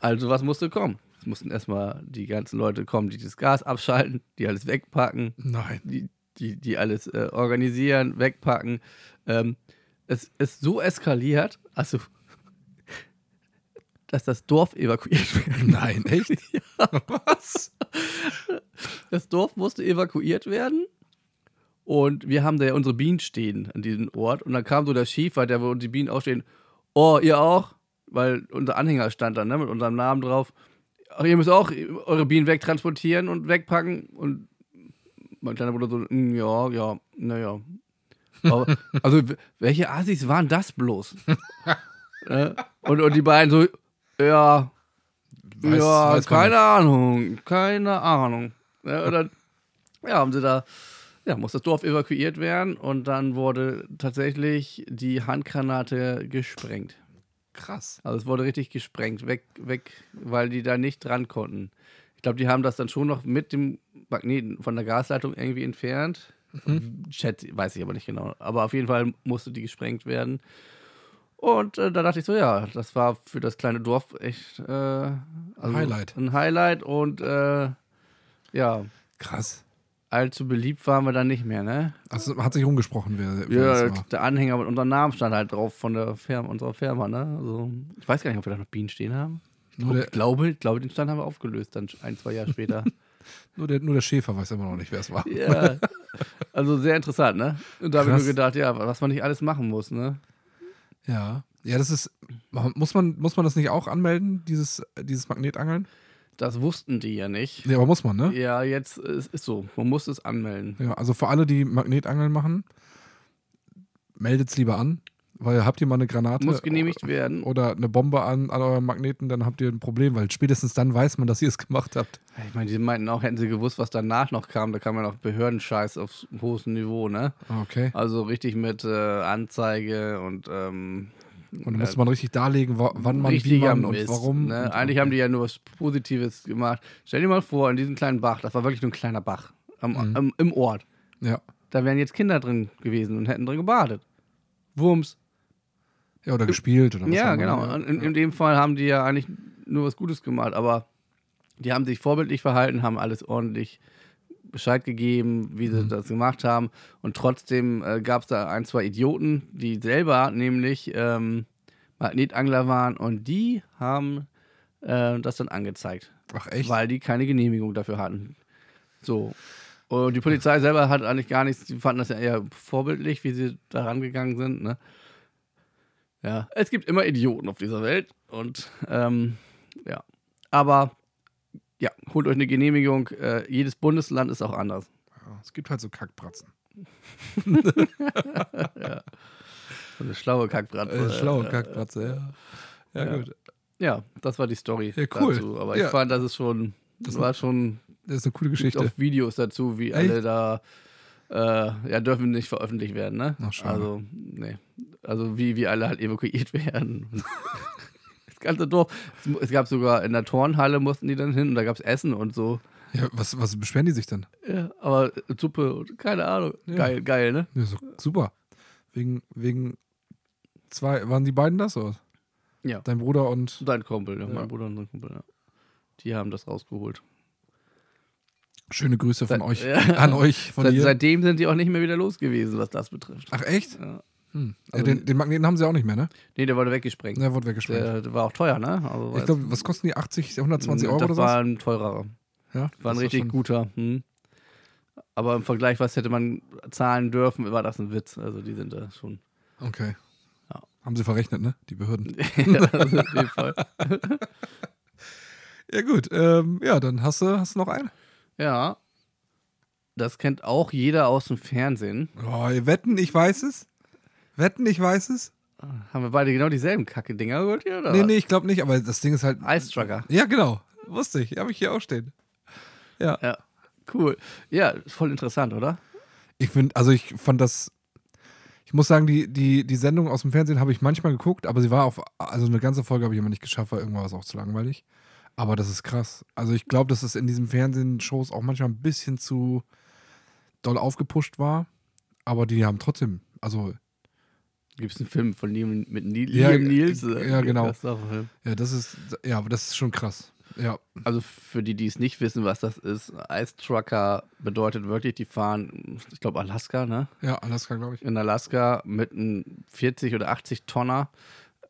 Also was musste kommen? Es mussten erstmal die ganzen Leute kommen, die das Gas abschalten, die alles wegpacken,
Nein.
die, die, die alles äh, organisieren, wegpacken. Ähm, es ist so eskaliert, also dass das Dorf evakuiert wird.
Nein, echt? Was?
Das Dorf musste evakuiert werden. Und wir haben da ja unsere Bienen stehen an diesem Ort. Und dann kam so der Schäfer, der wo die Bienen aufstehen. Oh, ihr auch? Weil unser Anhänger stand da, ne, mit unserem Namen drauf. Ach, ihr müsst auch eure Bienen wegtransportieren und wegpacken. Und mein kleiner Bruder so, "Mm, ja, ja, naja. Aber, also, w- welche Assis waren das bloß? Ne? und, und die beiden so, ja,
Weiß-
ja,
weiß man
keine Ahnung, keine Ahnung. Ja, und dann, ja, haben sie da, ja, muss das Dorf evakuiert werden und dann wurde tatsächlich die Handgranate gesprengt.
nicht. Krass.
Also es wurde richtig gesprengt, weg, weg, weil die da nicht dran konnten. Ich glaube, die haben das dann schon noch mit dem Magneten von der Gasleitung irgendwie entfernt.
Mhm.
Schätze, weiß ich aber nicht genau. Aber auf jeden Fall musste die gesprengt werden. Und äh, da dachte ich so, ja, das war für das kleine Dorf echt äh, also
Highlight.
ein Highlight. Und äh, ja,
Krass.
allzu beliebt waren wir dann nicht mehr, ne?
Also hat sich rumgesprochen, wer, wer
Ja,
das war.
der Anhänger mit unserem Namen stand halt drauf von der Firma, unserer Firma, ne? Also, ich weiß gar nicht, ob wir da noch Bienen stehen haben.
Nur
ich
der,
glaube, ich glaube, den Stand haben wir aufgelöst, dann ein, zwei Jahre später.
nur, der, nur der Schäfer weiß immer noch nicht, wer es war.
ja. Also sehr interessant, ne? Und da habe ich
Krass.
nur gedacht, ja, was man nicht alles machen muss, ne?
Ja. Ja, das ist. Muss man, muss man das nicht auch anmelden, dieses, dieses Magnetangeln?
Das wussten die ja nicht.
Ja, aber muss man, ne?
Ja, jetzt ist es so. Man muss es anmelden.
Ja, also für alle, die Magnetangeln machen, meldet's lieber an, weil habt ihr mal eine Granate
Muss genehmigt werden.
oder eine Bombe an, an eurem Magneten, dann habt ihr ein Problem, weil spätestens dann weiß man, dass ihr es gemacht habt.
Ich meine, die meinten auch, hätten sie gewusst, was danach noch kam, da kam ja noch Behördenscheiß auf hohem Niveau, ne?
Okay.
Also richtig mit äh, Anzeige und ähm,
Und dann musste man richtig darlegen, wa- wann man, wie
richtiger
man und
Mist,
warum.
Ne?
Und,
Eigentlich haben die ja nur was Positives gemacht. Stell dir mal vor, in diesem kleinen Bach, das war wirklich nur ein kleiner Bach am,
Mhm.
am, im Ort,
ja.
da wären jetzt Kinder drin gewesen und hätten drin gebadet. Wurms.
ja, oder gespielt oder was
ja,
auch immer,
genau.
ja.
Und In, in dem Fall haben die ja eigentlich nur was Gutes gemacht, aber die haben sich vorbildlich verhalten, haben alles ordentlich Bescheid gegeben, wie
Mhm.
sie das gemacht haben. Und trotzdem äh, gab es da ein, zwei Idioten, die selber nämlich ähm, Magnetangler waren und die haben äh, das dann angezeigt,
Ach, echt?
weil die keine Genehmigung dafür hatten. So. Und die Polizei selber hat eigentlich gar nichts, die fanden das ja eher vorbildlich, wie sie da rangegangen sind. Ne? Ja, es gibt immer Idioten auf dieser Welt und ähm, ja. Aber ja, holt euch eine Genehmigung. Äh, jedes Bundesland ist auch anders.
Ja, es gibt halt so Kackpratzen.
So eine schlaue Kackbratze.
Äh, schlaue
Äh,
Kackpratze, ja. Ja,
ja.
gut.
Ja, das war die Story
Ja, cool.
dazu. Aber
Ja.
ich fand, das ist schon, das war schon
Das ist eine coole
gibt
Geschichte.
auch Videos dazu, wie alle da äh, ja dürfen nicht veröffentlicht werden, ne?
Ach, schade.
also, nee. Also wie, wie alle halt evakuiert werden. das ganze Dorf. Es, mu- es gab sogar in der Turnhalle mussten die dann hin und da gab es Essen und so.
Ja, was, was beschweren die sich denn?
Ja, aber Suppe, und keine Ahnung. Geil, geil, ne?
Ja, so, super. Wegen, wegen zwei, waren die beiden das oder? was?
Ja.
Dein Bruder und.
Dein Kumpel, ja,
Ja.
mein Bruder und sein Kumpel, ja. Die haben das rausgeholt.
Schöne Grüße von
Seit-
euch.
Ja.
An euch. Von
Seit,
dir.
seitdem sind die auch nicht mehr wieder los gewesen, was das betrifft.
Ach, echt?
Ja.
Hm.
Also-
ja, den, den Magneten haben sie auch nicht mehr, ne?
Nee, der wurde weggesprengt.
Der wurde weggesprengt.
Der, der war auch teuer, ne? Also,
ich glaube, was kosten die? 80, 120
Mm,
Euro
das
oder so?
war ein teurerer.
Ja,
War
das
ein
ist
richtig
schon-
guter. Hm. Aber im Vergleich, was hätte man zahlen dürfen, war das ein Witz. Also die sind da schon.
Okay.
Ja.
Haben sie verrechnet, ne? Die Behörden.
Ja, das ist Also, auf jeden Fall.
Ja, gut. Ähm, ja, dann hast du, hast du noch einen.
ja. Das kennt auch jeder aus dem Fernsehen.
Oh, ihr wetten, ich weiß es. Wetten, ich weiß es.
Haben wir beide genau dieselben Kacke-Dinger gehört hier? Oder?
Nee, nee, ich glaube nicht, aber das Ding ist halt.
Ice Trucker.
Ja, genau. Wusste ich. Habe ich hier auch stehen. Ja.
Ja. Cool. Ja, ist voll interessant, oder?
Ich finde, also ich fand das. Ich muss sagen, die, die, die Sendung aus dem Fernsehen habe ich manchmal geguckt, aber sie war auf. Also eine ganze Folge habe ich immer nicht geschafft, weil irgendwann war es auch zu langweilig. Aber das ist krass. Also ich glaube, dass es in diesen Fernsehshows auch manchmal ein bisschen zu doll aufgepusht war. Aber die haben trotzdem. Also,
Gibt es einen Film von Liam, mit Ni-
Ja,
Liam Niels?
äh, ja, genau.
Das ist auch ein Film.
ja, das ist. Ja, aber das ist schon krass. Ja.
Also für die, die es nicht wissen, was das ist, Ice Trucker bedeutet wirklich, die fahren, ich glaube, Alaska, ne?
Ja, Alaska, glaube ich.
In Alaska mit einem 40 oder 80 Tonner.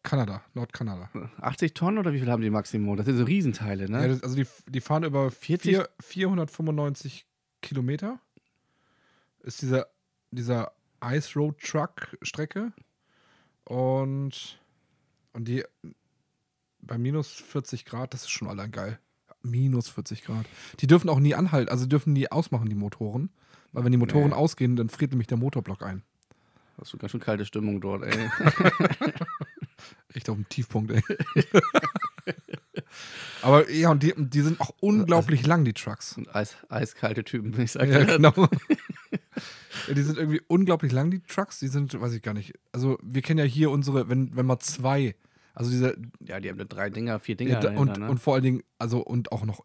Kanada, Nordkanada.
80 Tonnen oder wie viel haben die Maximum? Das sind so Riesenteile,
Ja,
ne?
das, also die, die fahren über
40
vier, 495 Kilometer. Ist dieser, dieser Ice Road Truck Strecke. Und, und die bei minus 40 Grad, das ist schon allein geil. Minus 40 Grad. Die dürfen auch nie anhalten, also dürfen nie ausmachen, die Motoren. Weil wenn die Motoren
Nee.
ausgehen, dann friert nämlich der Motorblock ein.
Hast du ganz schön kalte Stimmung dort, ey.
Echt auf dem Tiefpunkt, ey. Aber ja, und die, und die sind auch unglaublich lang, die Trucks.
Und Eis, eiskalte Typen, wenn ich sage.
Ja, genau. ja, die sind irgendwie unglaublich lang, die Trucks. Die sind, weiß ich gar nicht. Also, wir kennen ja hier unsere, wenn, wenn mal zwei, also diese,
Ja, die haben da drei Dinger, vier Dinger.
ja, und,
dahinter, ne?
und vor allen Dingen, also, und auch noch,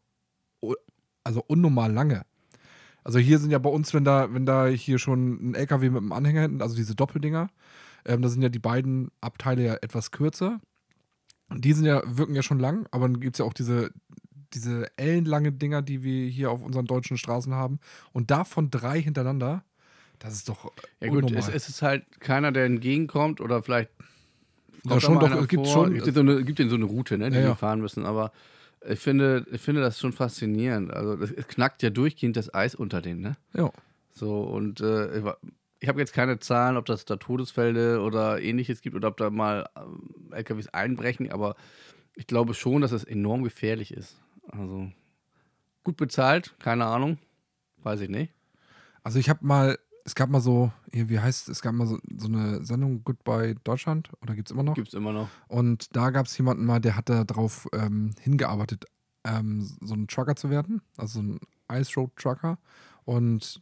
u- also unnormal lange. Also, hier sind ja bei uns, wenn da, wenn da hier schon ein LKW mit einem Anhänger hinten, also diese Doppeldinger, ähm, da sind ja die beiden Abteile ja etwas kürzer. Und die sind ja, wirken ja schon lang, aber dann gibt es ja auch diese, diese ellenlange Dinger, die wir hier auf unseren deutschen Straßen haben. Und davon drei hintereinander, das ist doch.
ja, gut,
unnormal.
es, es ist halt keiner, der entgegenkommt oder vielleicht.
Ja,
kommt da
schon
mal
doch,
einer
es gibt
vor.
schon-
Es gibt so eine, gibt denen so eine Route, ne, die
Ja,
sie
ja.
fahren müssen, aber. Ich finde, ich finde das schon faszinierend. Also, es es knackt ja durchgehend das Eis unter denen, ne?
Ja.
So, und äh, ich wa- ich habe jetzt keine Zahlen, ob das da Todesfälle oder ähnliches gibt oder ob da mal ähm, LKWs einbrechen, aber ich glaube schon, dass es enorm gefährlich ist. Also gut bezahlt, keine Ahnung. Weiß ich nicht.
Also ich habe mal, es gab mal so, hier, wie heißt es, gab mal so, so eine Sendung Goodbye Deutschland oder gibt es immer noch?
Gibt's immer noch.
Und da gab es jemanden mal, der hat da drauf ähm, hingearbeitet, ähm, so ein Trucker zu werden, also so ein Ice Road Trucker. Und,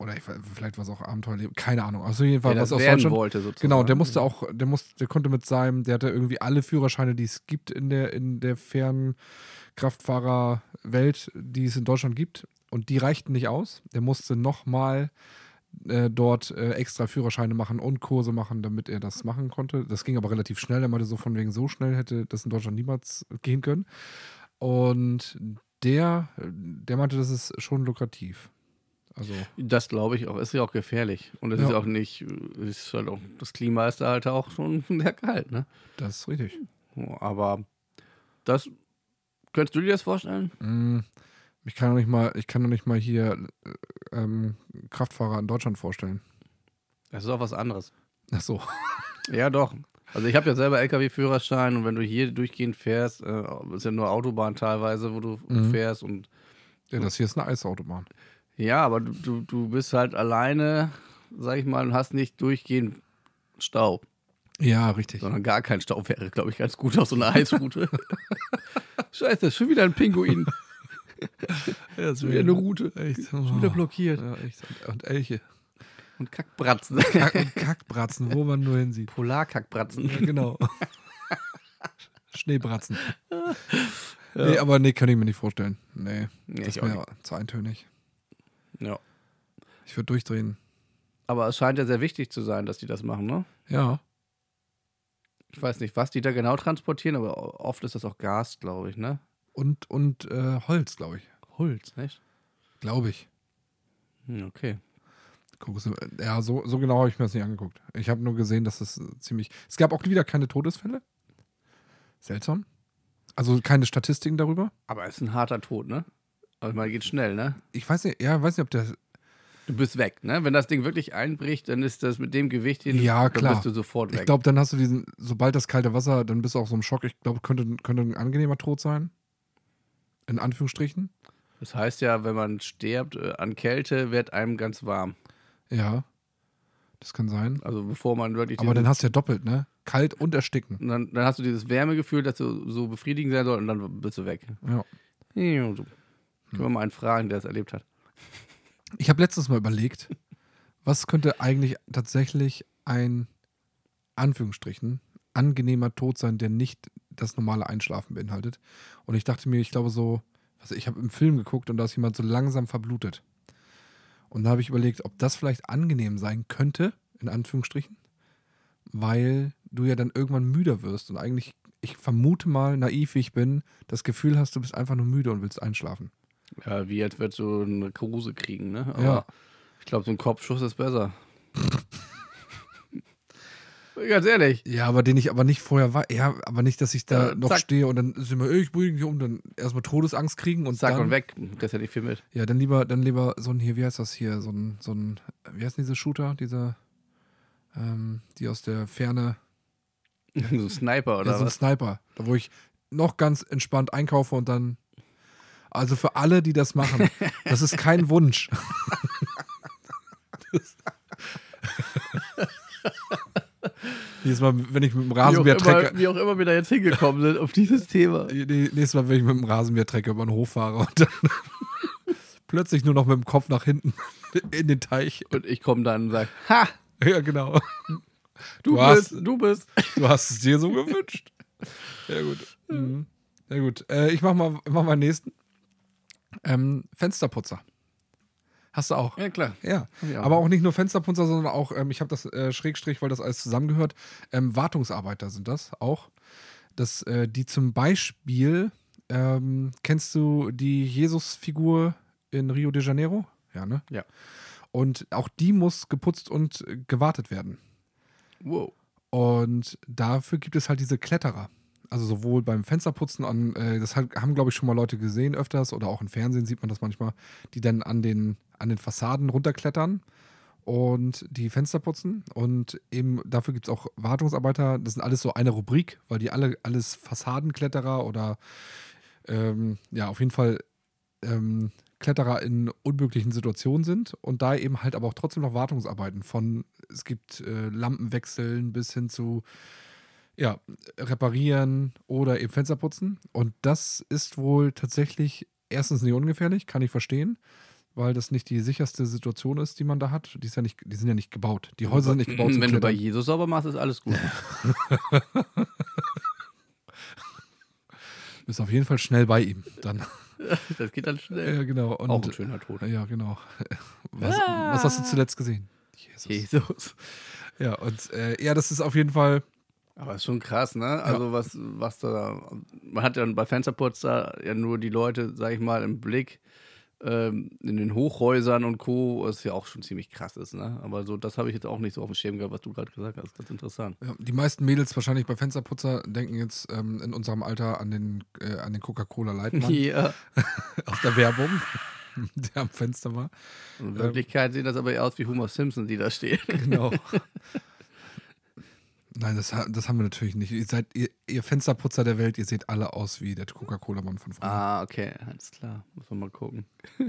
oder ich, we- vielleicht war es auch Abenteuerleben, keine Ahnung. Also jedenfalls
der
was
das
aus
werden
Deutschland.
wollte sozusagen.
Genau, der musste auch, der musste, der konnte mit seinem, der hatte irgendwie alle Führerscheine, die es gibt in der, in der Fernkraftfahrerwelt, die es in Deutschland gibt. Und die reichten nicht aus. Der musste nochmal äh, dort äh, extra Führerscheine machen und Kurse machen, damit er das machen konnte. Das ging aber relativ schnell. Er meinte so von wegen, so schnell hätte das in Deutschland niemals gehen können. Und der, der meinte, das ist schon lukrativ. Also,
Das glaube ich auch. Ist ja auch gefährlich. Und das
Ja.
ist auch nicht, ist halt auch, das Klima ist da halt auch schon sehr kalt, ne?
das ist richtig.
Aber das, könntest du dir das vorstellen?
Mm, Ich kann noch nicht mal, ich kann noch nicht mal hier äh, ähm, Kraftfahrer in Deutschland vorstellen.
Das ist auch was anderes.
Ach so.
Ja, doch. Also ich habe ja selber LKW-Führerschein und wenn du hier durchgehend fährst, äh, ist ja nur Autobahn teilweise, wo du
Mhm.
fährst und
Ja, das hier ist eine Eisautobahn.
ja, aber du, du, du bist halt alleine, sag ich mal, und hast nicht durchgehend Stau,
Ja, richtig.
sondern gar kein Stau wäre, glaube ich, ganz gut auf so einer Eisroute. Scheiße, schon wieder ein Pinguin,
Ja,
schon wieder eine Route,
Echt. oh.
schon wieder blockiert
Ja, echt. Und- Und Elche.
und Kackbratzen,
Kack und Kackbratzen, wo man nur hinsieht.
Polarkackbratzen.
Ja, genau. Schneebratzen. Nee, aber nee, kann ich mir nicht vorstellen. Nee,
Nee,
das
ich
ist mir
auch
ja zu eintönig.
Ja.
Ich würde durchdrehen.
Aber es scheint ja sehr wichtig zu sein, dass die das machen, ne?
Ja.
Ich weiß nicht, was die da genau transportieren, aber oft ist das auch Gas, glaube ich, ne?
Und, und äh, Holz, glaube ich.
Holz, nicht?
Glaube ich.
Hm, okay.
Guck, so- Ja, so, so genau habe ich mir das nicht angeguckt. Ich habe nur gesehen, dass es äh, ziemlich. Es gab auch wieder keine Todesfälle. Seltsam. Also keine Statistiken darüber.
Aber es ist ein harter Tod, ne? Aber man geht schnell, ne?
Ich weiß nicht, ja, weiß nicht, ob der.
Du bist weg, ne? Wenn das Ding wirklich einbricht, dann ist das mit dem Gewicht, den du-
Ja,
dann
klar.
bist du sofort weg.
Ich glaube, dann hast du diesen, sobald das kalte Wasser, dann bist du auch so im Schock. Ich glaube, könnte, könnte ein angenehmer Tod sein. In Anführungsstrichen.
das heißt ja, wenn man stirbt äh, an Kälte, wird einem ganz warm.
Ja. Das kann sein.
Also bevor man wirklich
Aber
diesen-
dann hast du ja doppelt, ne? Kalt und ersticken.
und dann, dann hast du dieses Wärmegefühl, das so, so befriedigend sein soll und dann bist du weg.
Ja.
Ja, so. Können wir mal einen fragen, der es erlebt hat.
Ich habe letztens mal überlegt, was könnte eigentlich tatsächlich ein Anführungsstrichen angenehmer Tod sein, der nicht das normale Einschlafen beinhaltet. Und ich dachte mir, ich glaube so, also ich habe im Film geguckt und da ist jemand so langsam verblutet. Und da habe ich überlegt, ob das vielleicht angenehm sein könnte, in Anführungsstrichen, weil du ja dann irgendwann müder wirst und eigentlich, ich vermute mal, naiv wie ich bin, das Gefühl hast, du bist einfach nur müde und willst einschlafen.
Ja, wie jetzt wird so eine Kruse kriegen, ne? Aber
Ja.
ich glaube, so ein Kopfschuss ist besser. Ganz ehrlich.
Ja, aber den ich aber nicht vorher war. Ja, aber nicht, dass ich da
Äh,
noch
zack.
stehe und dann sind wir, ey, ich bringe dich um, dann erstmal Todesangst kriegen und
Zack
dann,
und weg. Kriegst ja nicht viel mit.
Ja, dann lieber, dann lieber so ein hier, wie heißt das hier, so ein, so ein, wie heißen diese Shooter, diese, ähm, die aus der Ferne,
so ein Sniper oder
ja, so ein
was?
Sniper, da wo ich noch ganz entspannt einkaufe und dann, also für alle, die das machen, das ist kein Wunsch. Das- Jedes Mal, wenn ich mit dem
Wie auch,
Rasenmähertrecker,
immer, wie auch immer wir da jetzt hingekommen sind auf dieses Thema.
Äh, Nee, Nächstes Mal, wenn ich mit dem Rasenmähertrecker über den Hof fahre und dann plötzlich nur noch mit dem Kopf nach hinten in den Teich.
Und ich komme dann und sage, ha,
Ja, genau.
du,
Du hast-
bist, du bist.
Du hast es dir so gewünscht. Ja, gut. Mhm. Ja, gut. Äh, ich mach mal, mach mal den nächsten. Ähm, Fensterputzer. Hast du auch?
Ja, klar.
Ja.
Hab ich auch.
Aber auch nicht nur Fensterputzer, sondern auch, ähm, ich habe das äh, Schrägstrich, weil das alles zusammengehört, ähm, Wartungsarbeiter sind das auch. Das, äh, die zum Beispiel, ähm, kennst du die Jesus-Figur in Rio de Janeiro? Ja, ne?
Ja.
Und auch die muss geputzt und äh, gewartet werden.
Wow.
Und dafür gibt es halt diese Kletterer. Also sowohl beim Fensterputzen an, äh, das hat- haben, glaube ich, schon mal Leute gesehen öfters oder auch im Fernsehen sieht man das manchmal, die dann an den, an den Fassaden runterklettern und die Fenster putzen. Und eben dafür gibt es auch Wartungsarbeiter. Das sind alles so eine Rubrik, weil die alle alles Fassadenkletterer oder ähm, ja, auf jeden Fall ähm, Kletterer in unmöglichen Situationen sind und da eben halt aber auch trotzdem noch Wartungsarbeiten von, es gibt äh, Lampenwechseln bis hin zu ja, reparieren oder eben Fenster putzen. Und das ist wohl tatsächlich erstens nicht ungefährlich, kann ich verstehen, weil das nicht die sicherste Situation ist, die man da hat. Die, ist ja nicht, die sind ja nicht gebaut. Die Häuser sind nicht gebaut. zum
Wenn du bei
Klettern.
Jesus sauber machst, ist alles gut.
Bist auf jeden Fall schnell bei ihm. Dann.
Das geht dann schnell.
ja, genau. Und,
Auch ein schöner Tod.
Ja, genau. Was, was
Ah.
hast du zuletzt gesehen? Jesus.
Jesus.
Ja, und äh, ja, das ist auf jeden Fall.
Aber ist schon krass, ne? Also was, was da, man hat ja bei Fensterputz da ja nur die Leute, sag ich mal, im Blick ähm, in den Hochhäusern und Co., was ja auch schon ziemlich krass ist, ne? Aber so, das habe ich jetzt auch nicht so auf dem Schirm gehabt, was du gerade gesagt hast. Das ist interessant.
Ja, die meisten Mädels wahrscheinlich bei Fensterputzer denken jetzt ähm, in unserem Alter an den, äh, an den Coca-Cola-Leitmann
Ja.
aus der Werbung, der am Fenster war.
In Wirklichkeit sehen das aber eher aus wie Homer Simpson, die da stehen.
Genau. Nein, das, ha- das haben wir natürlich nicht. Ihr seid ihr, ihr Fensterputzer der Welt, ihr seht alle aus wie der Coca-Cola-Mann von früher.
Ah, okay, alles klar. Muss man mal gucken.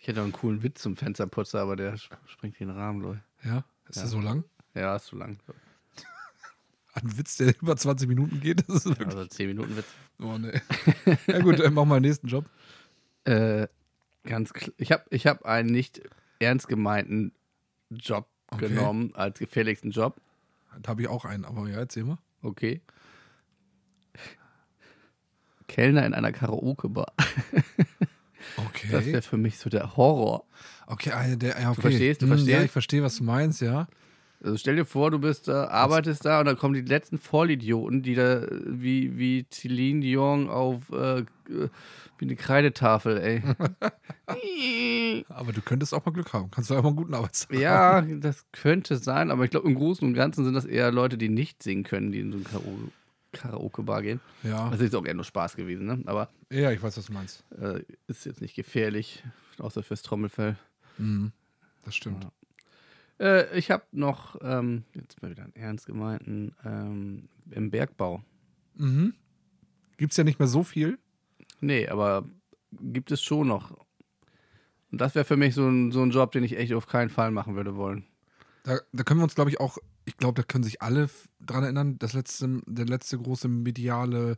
ich hätte auch einen coolen Witz zum Fensterputzer, aber der sp- springt den Rahmen durch.
Ja? Ist
Ja.
das so lang?
Ja, ist zu lang.
Ein Witz, der über 20 Minuten geht, das ist wirklich.
Also 10 Minuten Witz.
Oh, nee. Ja, gut, äh, mach mal den nächsten Job.
Äh, ganz kl- ich habe ich hab einen nicht ernst gemeinten Job
Okay.
genommen, als gefährlichsten Job.
Da habe ich auch einen, aber ja, erzähl mal.
Okay. Kellner in einer Karaoke-Bar. Das
Okay.
wäre für mich so der Horror.
Okay, ah, der, ja, okay.
verstehst, du
Hm, Ja,
verstehst?
ich verstehe, was du meinst, ja.
Also stell dir vor, du bist da, arbeitest da und dann kommen die letzten Vollidioten, die da äh, wie, wie Celine Dion auf äh, äh, wie eine Kreidetafel, ey.
Aber du könntest auch mal Glück haben. Kannst du auch mal einen guten Arbeitstag
ja, das könnte sein, aber ich glaube, im Großen und Ganzen sind das eher Leute, die nicht singen können, die in so eine Karo- Karaoke-Bar gehen.
Ja.
Das ist auch eher nur Spaß gewesen, ne? aber
ja, ich weiß, was du meinst.
äh, ist jetzt nicht gefährlich, außer fürs Trommelfell.
Mhm. Das stimmt.
Ja. Äh, ich habe noch, ähm, jetzt mal wieder einen ernst gemeinten, ähm, im Bergbau.
Mhm. Gibt es ja nicht mehr so viel.
Nee, aber gibt es schon noch. Und das wäre für mich so ein, so ein Job, den ich echt auf keinen Fall machen würde wollen.
Da, da können wir uns, glaube ich, auch, ich glaube, da können sich alle f- dran erinnern, das letzte, der letzte große mediale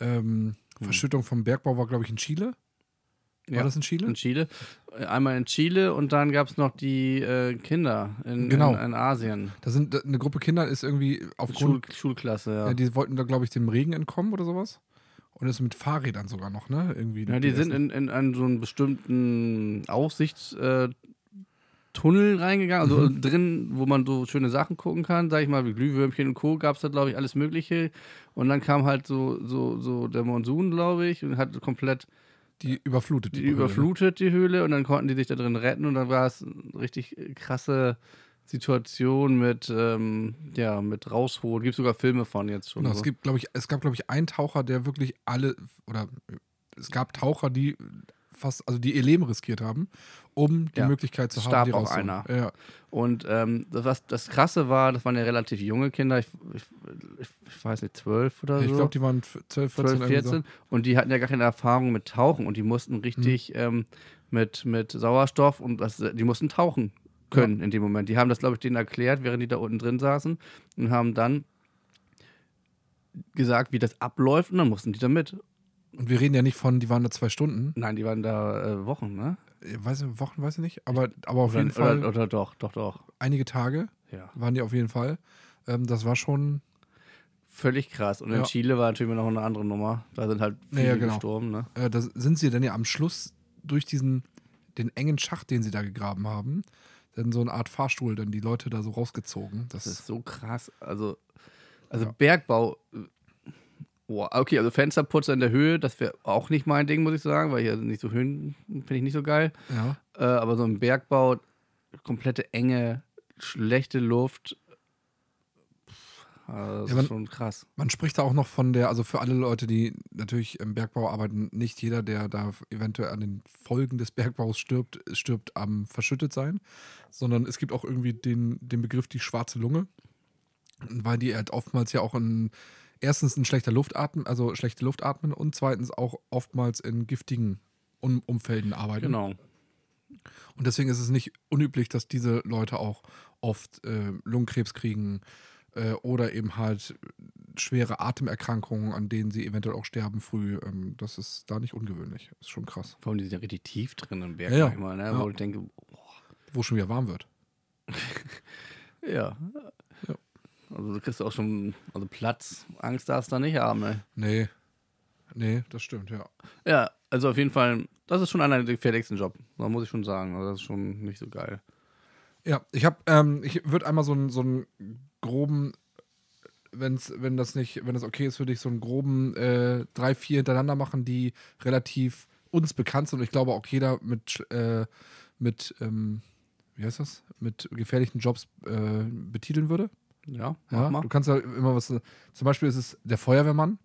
ähm, Verschüttung vom Bergbau war, glaube ich, in Chile. War
Hm. Ja.
das in Chile?
In Chile. Einmal in Chile und dann gab es noch die äh, Kinder in,
Genau.
in, in Asien.
Da sind da- eine Gruppe Kinder, ist irgendwie
Schul,
aufgrund,
Schulklasse, ja.
ja, Äh, die wollten da, glaube ich, dem Regen entkommen oder sowas. Und ist mit Fahrrädern sogar noch, ne? Irgendwie.
Ja, die sind
ersten-
in, in einen so einen bestimmten Aufsichtstunnel reingegangen, also
Mhm.
drin, wo man so schöne Sachen gucken kann, sag ich mal, wie Glühwürmchen und Co. gab es da, glaube ich, alles Mögliche. Und dann kam halt so, so, so der Monsun, glaube ich, und hat komplett
die überflutet.
die
Höhle, ne?
überflutet die Höhle und dann konnten die sich da drin retten und dann war es eine richtig äh, krasse Situation mit, ähm, ja, mit rausholen. Gibt sogar Filme von jetzt schon.
Genau,
so.
es, gibt, glaub ich, es gab, glaube ich, einen Taucher, der wirklich alle, oder es gab Taucher, die fast, also die ihr Leben riskiert haben, um die
Ja.
Möglichkeit zu
Es
haben,
starb
die
auch
rauszuholen.
einer.
Ja,
Und ähm, das, was das Krasse war, das waren ja relativ junge Kinder, ich, ich, ich, ich weiß nicht, zwölf oder
ich
so.
glaube, die waren f- 12, 14.
12,
irgendwie so. Mhm.
14 und die hatten ja gar keine Erfahrung mit Tauchen und die mussten richtig ähm, mit, mit Sauerstoff und das, die mussten tauchen können in dem Moment. Die haben das, glaube ich, denen erklärt, während die da unten drin saßen und haben dann gesagt, wie das abläuft und dann mussten die da mit.
Und wir reden ja nicht von, die waren da zwei Stunden,
Nein, die waren da äh, Wochen, ne?
Ich weiß nicht, Wochen, weiß ich nicht, aber, aber auf
Oder,
jeden Fall
oder, oder doch, doch, doch.
einige Tage
Ja.
waren die auf jeden Fall. Ähm, das war schon,
Völlig krass. Und in
Ja.
Chile war natürlich noch eine andere Nummer. Da sind halt
Ja,
viele
ja, genau.
gestorben, ne?
äh, da sind sie dann ja am Schluss durch diesen, den engen Schacht, den sie da gegraben haben, dann so eine Art Fahrstuhl, dann die Leute da so rausgezogen. Das,
Das ist so krass. Also, also
Ja.
Bergbau. äh, Boah, okay, also Fensterputzer in der Höhe, das wäre auch nicht mein Ding, muss ich sagen, weil hier nicht so Höhen finde ich nicht so geil.
ja.
Äh, aber so ein Bergbau, komplette Enge, schlechte Luft. Pff, also das
Ja, man-
ist schon krass.
Man spricht da auch noch von der, also für alle Leute, die natürlich im Bergbau arbeiten, nicht jeder, der da eventuell an den Folgen des Bergbaus stirbt, stirbt am verschüttet sein, sondern es gibt auch irgendwie den, den Begriff die schwarze Lunge, weil die halt oftmals ja auch in, erstens ein schlechter Luftatmen, also schlechte Luft atmen und zweitens auch oftmals in giftigen um Umfelden arbeiten.
Genau.
Und deswegen ist es nicht unüblich, dass diese Leute auch oft äh, Lungenkrebs kriegen äh, oder eben halt schwere Atemerkrankungen, an denen sie eventuell auch sterben früh. Ähm, das ist da nicht ungewöhnlich. Ist schon krass.
Vor allem, die sind ja richtig tief drin im Berg
Ja, ja.
manchmal, ne?
Ja.
wo ich denke, boah,
Wo schon wieder warm wird.
ja.
Ja.
Also du kriegst auch schon, also Platz, Angst darfst du da nicht haben, ne?
Nee. Nee, das stimmt, ja.
Ja, also auf jeden Fall, das ist schon einer der gefährlichsten Job, da muss ich schon sagen. Also das ist schon nicht so geil.
Ja, ich habe, ähm, ich würde einmal so einen so einen groben, wenn's, wenn das nicht, wenn das okay ist, würde ich so einen groben äh, drei, vier hintereinander machen, die relativ uns bekannt sind. Und ich glaube auch jeder mit, äh, mit, ähm, wie heißt das? Mit gefährlichen Jobs äh, betiteln würde.
Ja, mach
Ja,
mal.
du kannst ja immer was. Zum Beispiel ist es der Feuerwehrmann.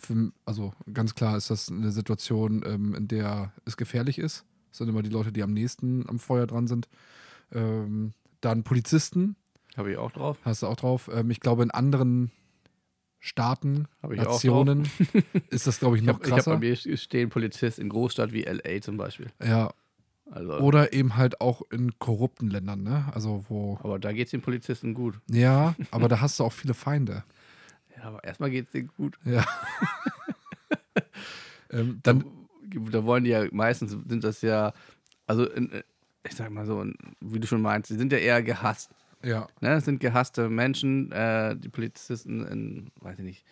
Für, also ganz klar ist das eine Situation, ähm, in der es gefährlich ist. Das sind immer die Leute, die am nächsten am Feuer dran sind. Ähm, dann Polizisten,
Habe ich auch drauf.
hast du auch drauf. Ähm, ich glaube, in anderen Staaten,
Hab ich auch
Nationen ist das, glaube ich,
Ich
noch
habe hab bei
krasser.
mir stehen Polizist in Großstadt wie L.A. zum Beispiel.
ja,
Also,
oder eben halt auch in korrupten Ländern, ne? Also wo.
aber da geht's den Polizisten gut.
Ja, aber da hast du auch viele Feinde.
Ja, aber erstmal geht's denen gut.
Ja. ähm, dann
da wollen die ja meistens sind das ja, also in, ich sag mal so, in, wie du schon meinst, die sind ja eher gehasst.
Ja,
Ne? Das sind gehasste Menschen, äh, die Polizisten in, weiß ich nicht,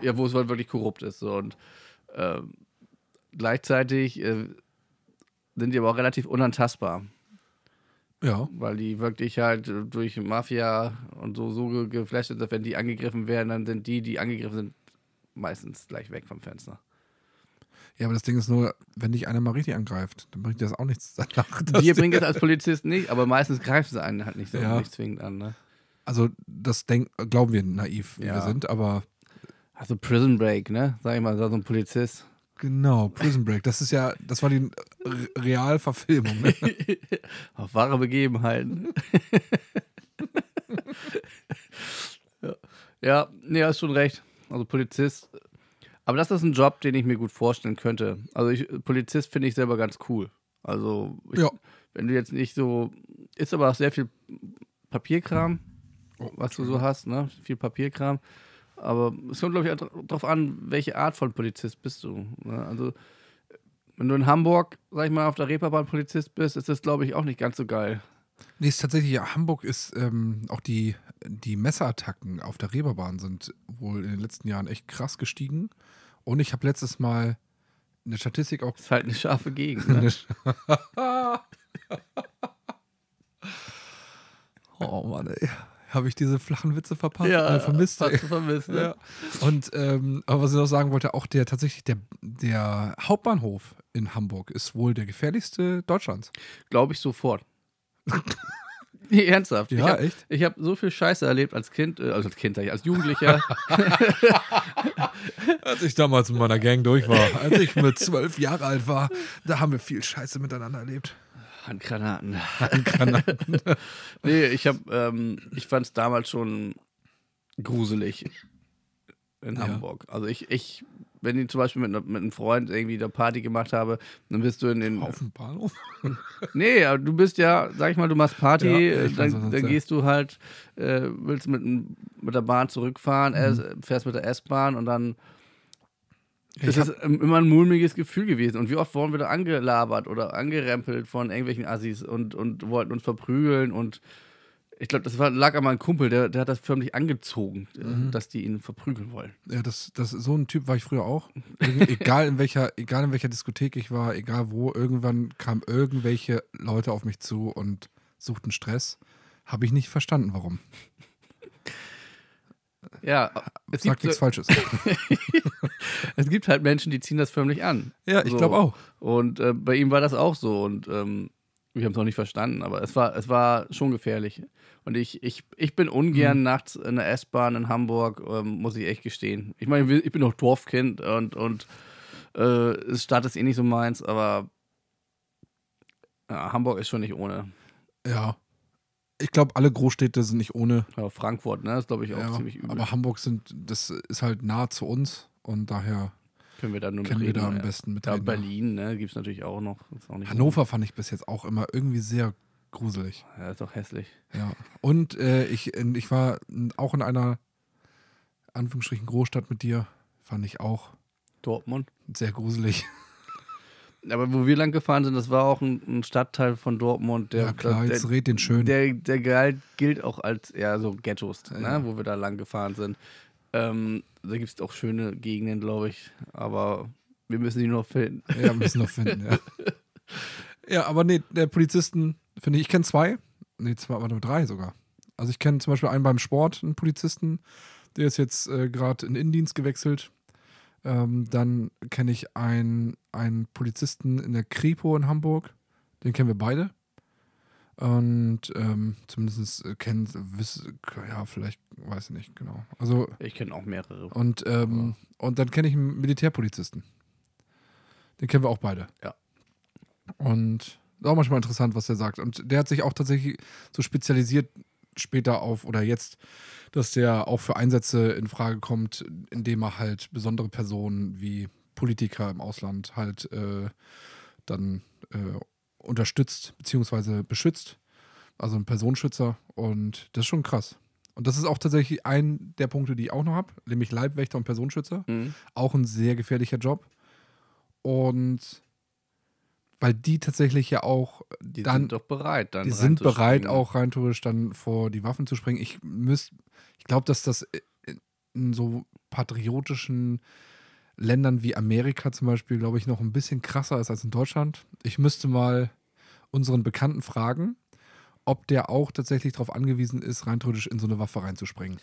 ja, wo es halt wirklich korrupt ist. So. Und ähm, gleichzeitig äh, sind die aber auch relativ unantastbar,
ja,
weil die wirklich halt äh, durch Mafia und so, so ge- geflasht sind, dass wenn die angegriffen werden, dann sind die, die angegriffen sind, meistens gleich weg vom Fenster.
ja, aber das Ding ist nur, wenn dich einer mal richtig angreift, dann bringt dir das auch nichts danach. dass
Dir
die-
bringt es als Polizist nicht, aber meistens greifen sie einen halt nicht so
Ja.
nicht zwingend an. Ne?
also das denk, glauben wir naiv, wie
Ja.
wir sind, aber
Also Prison Break, ne? Sag ich mal, so ein Polizist.
genau, Prison Break, das ist ja, das war die Re- Realverfilmung. Ne?
Auf wahre Begebenheiten. ja. ja, nee, hast schon recht. Also Polizist. Aber das ist ein Job, den ich mir gut vorstellen könnte. Also ich, Polizist finde ich selber ganz cool. Also ich,
Ja.
wenn du jetzt nicht so, ist aber auch sehr viel Papierkram, was du so hast, ne? Viel Papierkram. Aber es kommt, glaube ich, auch darauf an, welche Art von Polizist bist du. Ne? Also, wenn du in Hamburg, sag ich mal, auf der Reeperbahn Polizist bist, ist das, glaube ich, auch nicht ganz so geil.
Nee, ist tatsächlich, ja, Hamburg ist ähm, auch die, die Messerattacken auf der Reeperbahn sind wohl in den letzten Jahren echt krass gestiegen. Und ich habe letztes Mal eine Statistik auch
Ist halt eine scharfe Gegend. Ne?
oh Mann, ey. Habe ich diese flachen Witze verpasst?
ja,
äh, vermisst, ey.
hast du vermisst. Ne?
Ja. Und ähm, aber was ich noch sagen wollte, auch der tatsächlich der, der Hauptbahnhof in Hamburg ist wohl der gefährlichste Deutschlands.
Glaube ich sofort. nee, ernsthaft. ich
Ja,
hab,
echt?
Ich habe so viel Scheiße erlebt als Kind, äh, also als Kind, sag ich, als Jugendlicher.
Als ich damals mit meiner Gang durch war, als ich mit zwölf Jahre alt war, da haben wir viel Scheiße miteinander erlebt.
Handgranaten.
Kann,
Nee, ich hab, ähm, ich fand es damals schon gruselig in
Ja.
Hamburg. Also ich, ich, wenn ich zum Beispiel mit, ne, mit einem Freund irgendwie da Party gemacht habe, dann bist du in den.
auf dem Bahnhof.
Nee, aber du bist ja, sag ich mal, du machst Party,
Ja,
äh,
ich weiß, was
dann,
du
dann
sagst.
gehst du halt, äh, willst mit, dem- mit der Bahn zurückfahren, äh, fährst mit der S-Bahn und dann
Mhm. Ich
ist es ähm, immer ein mulmiges Gefühl gewesen. Und wie oft wurden wir da angelabert oder angerempelt von irgendwelchen Assis und, und wollten uns verprügeln. Und ich glaube, das war, lag an meinem Kumpel, der, der hat das förmlich angezogen, äh,
Mhm.
dass die ihn verprügeln wollen.
Ja, das, das, so ein Typ war ich früher auch. Irgend- Egal in, welcher, egal in welcher Diskothek ich war, egal wo, irgendwann kamen irgendwelche Leute auf mich zu und suchten Stress. Habe ich nicht verstanden, warum.
Ja, es
Sagt nichts
gibt, so,
Falsches.
es gibt halt Menschen, die ziehen das förmlich an.
ja, ich
So.
glaube auch.
Und äh, bei ihm war das auch so. Und ähm, wir haben es auch nicht verstanden, aber es war, es war schon gefährlich. Und ich, ich, ich bin ungern
Mhm.
nachts in der S-Bahn in Hamburg, ähm, muss ich echt gestehen. Ich meine, wir- ich bin noch Dorfkind und, und äh, Stadt ist eh nicht so meins, aber ja, Hamburg ist schon nicht ohne.
Ja. ich glaube, alle Großstädte sind nicht ohne.
Ja, Frankfurt, ne? Ist, glaube ich, auch
Ja,
ziemlich übel.
aber Hamburg sind, das ist halt nah zu uns und daher
können wir da nur mit
kennen wir
reden,
da am
ja.
besten mit.
Ja,
reden,
Berlin, ne? Gibt es natürlich auch noch. Ist auch nicht
Hannover fand ich bis jetzt auch immer irgendwie sehr gruselig.
Ja, ist doch hässlich.
Ja. Und äh, ich, in- ich war n- auch in einer Anführungsstrichen Großstadt mit dir, fand ich auch
Dortmund.
sehr gruselig.
Aber wo wir lang gefahren sind, das war auch ein, ein Stadtteil von Dortmund, der,
ja klar,
der,
jetzt red den schön.
der, der galt, gilt auch als eher so Ghettos,
Ja.
ne? wo wir da lang gefahren sind. Ähm, da gibt es auch schöne Gegenden, glaube ich. Aber wir müssen die nur finden.
Ja, müssen noch finden, ja. Ja, aber nee, der Polizisten, finde ich, ich kenne zwei. Nee, zwei, warte, drei sogar. Also ich kenne zum Beispiel einen beim Sport, einen Polizisten, der ist jetzt äh, gerade in Indienst gewechselt. Ähm, dann kenne ich einen, einen Polizisten in der Kripo in Hamburg. Den kennen wir beide. Und ähm, zumindest äh, kennen, wiss- ja, vielleicht, weiß ich nicht, genau. Also
Ich kenne auch mehrere.
und, ähm, und dann kenne ich einen Militärpolizisten. Den kennen wir auch beide.
Ja.
Und ist auch manchmal interessant, was der sagt. Und der hat sich auch tatsächlich so spezialisiert später auf oder jetzt, dass der auch für Einsätze in Frage kommt, indem er halt besondere Personen wie Politiker im Ausland halt äh, dann äh, unterstützt bzw. beschützt. Also ein Personenschützer. Und das ist schon krass. Und das ist auch tatsächlich ein der Punkte, die ich auch noch habe, nämlich Leibwächter und Personenschützer.
Mhm.
Auch ein sehr gefährlicher Job. Und weil die tatsächlich ja auch
Die
dann,
sind doch bereit, dann.
die sind bereit,
reinzuspringen.
auch rein theoretisch dann vor die Waffen zu springen. Ich müsste, ich glaube, dass das in- in so patriotischen Ländern wie Amerika zum Beispiel, glaube ich, noch ein bisschen krasser ist als in Deutschland. Ich müsste mal unseren Bekannten fragen, ob der auch tatsächlich darauf angewiesen ist, rein theoretisch in so eine Waffe reinzuspringen.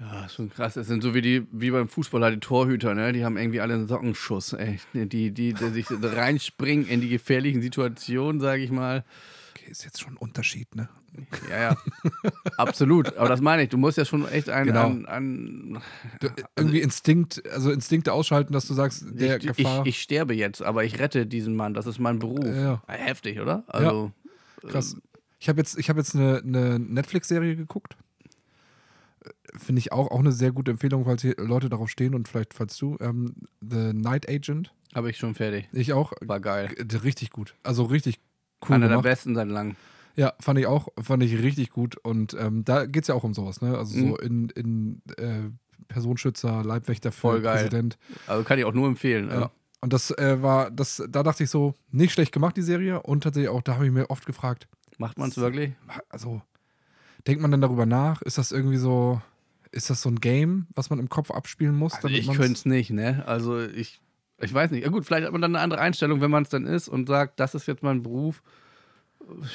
Ja, ist schon krass. Es sind so wie die, wie beim Fußballer, die Torhüter, ne? Die haben irgendwie alle einen Sockenschuss, ey. Die, die, die, die sich reinspringen in die gefährlichen Situationen, sage ich mal.
Okay, ist jetzt schon ein Unterschied, ne?
Ja, ja. Absolut. Aber das meine ich. Du musst ja schon echt einen.
Genau.
einen, einen
Du, irgendwie Instinkt, also Instinkte ausschalten, dass du sagst, der
also ich, ich,
Gefahr.
ich sterbe jetzt, aber ich rette diesen Mann. Das ist mein Beruf.
Ja.
Heftig, oder? Also,
Krass. äh, Ich habe jetzt, ich hab jetzt eine, eine Netflix-Serie geguckt. Äh, Finde ich auch, auch eine sehr gute Empfehlung, falls hier Leute darauf stehen und vielleicht falls du. Ähm, The Night Agent.
habe ich schon fertig.
Ich auch.
War geil.
G- Richtig gut. Also richtig cool.
Einer
gemacht.
der besten seit langem.
Ja, fand ich auch, fand ich richtig gut. Und ähm, da geht es ja auch um sowas, ne? Also
Mhm.
so in, in äh, Personenschützer, Leibwächter, für
Voll geil.
Präsident.
Also kann ich auch nur empfehlen.
Ja.
Ja.
Und das äh, war, das, da dachte ich so, nicht schlecht gemacht, die Serie. Und tatsächlich auch, da habe ich mir oft gefragt,
Macht man es wirklich?
also denkt man dann darüber nach? Ist das irgendwie so, ist das so ein Game, was man im Kopf abspielen muss?
Also ich
man's-
könnte es nicht, ne? Also ich, ich weiß nicht. Ja gut, vielleicht hat man dann eine andere Einstellung, wenn man es dann ist und sagt, das ist jetzt mein Beruf,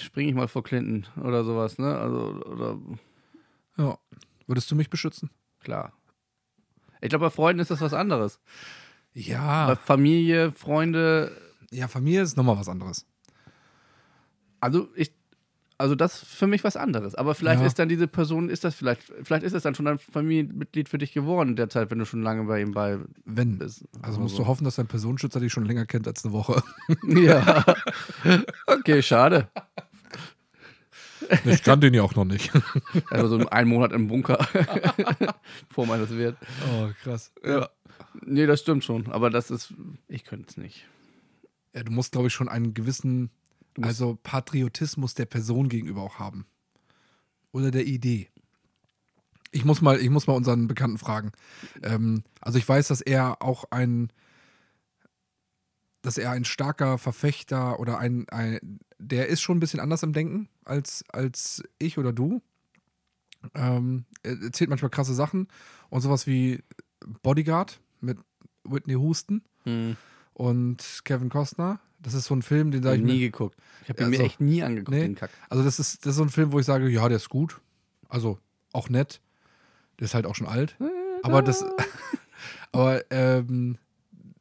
springe ich mal vor Clinton oder sowas, ne? Also, oder
Ja. Würdest du mich beschützen?
klar. Ich glaube, bei Freunden ist das was anderes. Bei
Ja.
Äh, Familie, Freunde,
Ja, Familie ist nochmal was anderes.
also ich, also das ist für mich was anderes. Aber vielleicht
Ja.
ist dann diese Person, ist das vielleicht, vielleicht ist das dann schon ein Familienmitglied für dich geworden in der Zeit, wenn du schon lange bei ihm bei
Wenn.
bist.
Also musst du hoffen, dass dein Personenschützer dich schon länger kennt als eine Woche.
Ja. Okay, schade.
Ich kannte ihn ja auch noch nicht.
Also so einen Monat im Bunker, bevor man das wird.
Oh, krass.
Ja. Nee, das stimmt schon. Aber das ist, ich könnte es nicht.
Ja, Äh, du musst, glaube ich, schon einen gewissen,
Du musst-
also Patriotismus der Person gegenüber auch haben. Oder der Idee. Ich muss mal, ich muss mal unseren Bekannten fragen. Ähm, also ich weiß, dass er auch ein, dass er ein starker Verfechter oder ein, ein der ist schon ein bisschen anders im Denken als, als ich oder du. Ähm, er erzählt manchmal krasse Sachen und sowas wie Bodyguard mit Whitney Houston
Hm.
und Kevin Costner. Das ist so ein Film, den
Hab
sage
ich
ich
nie
mir.
geguckt. Ich habe ihn
Also-
mir echt nie angeguckt,
Nee.
den Kack.
Also, das ist, das ist so ein Film, wo ich sage, ja, der ist gut. Also, auch nett. Der ist halt auch schon alt. Aber das. aber ähm,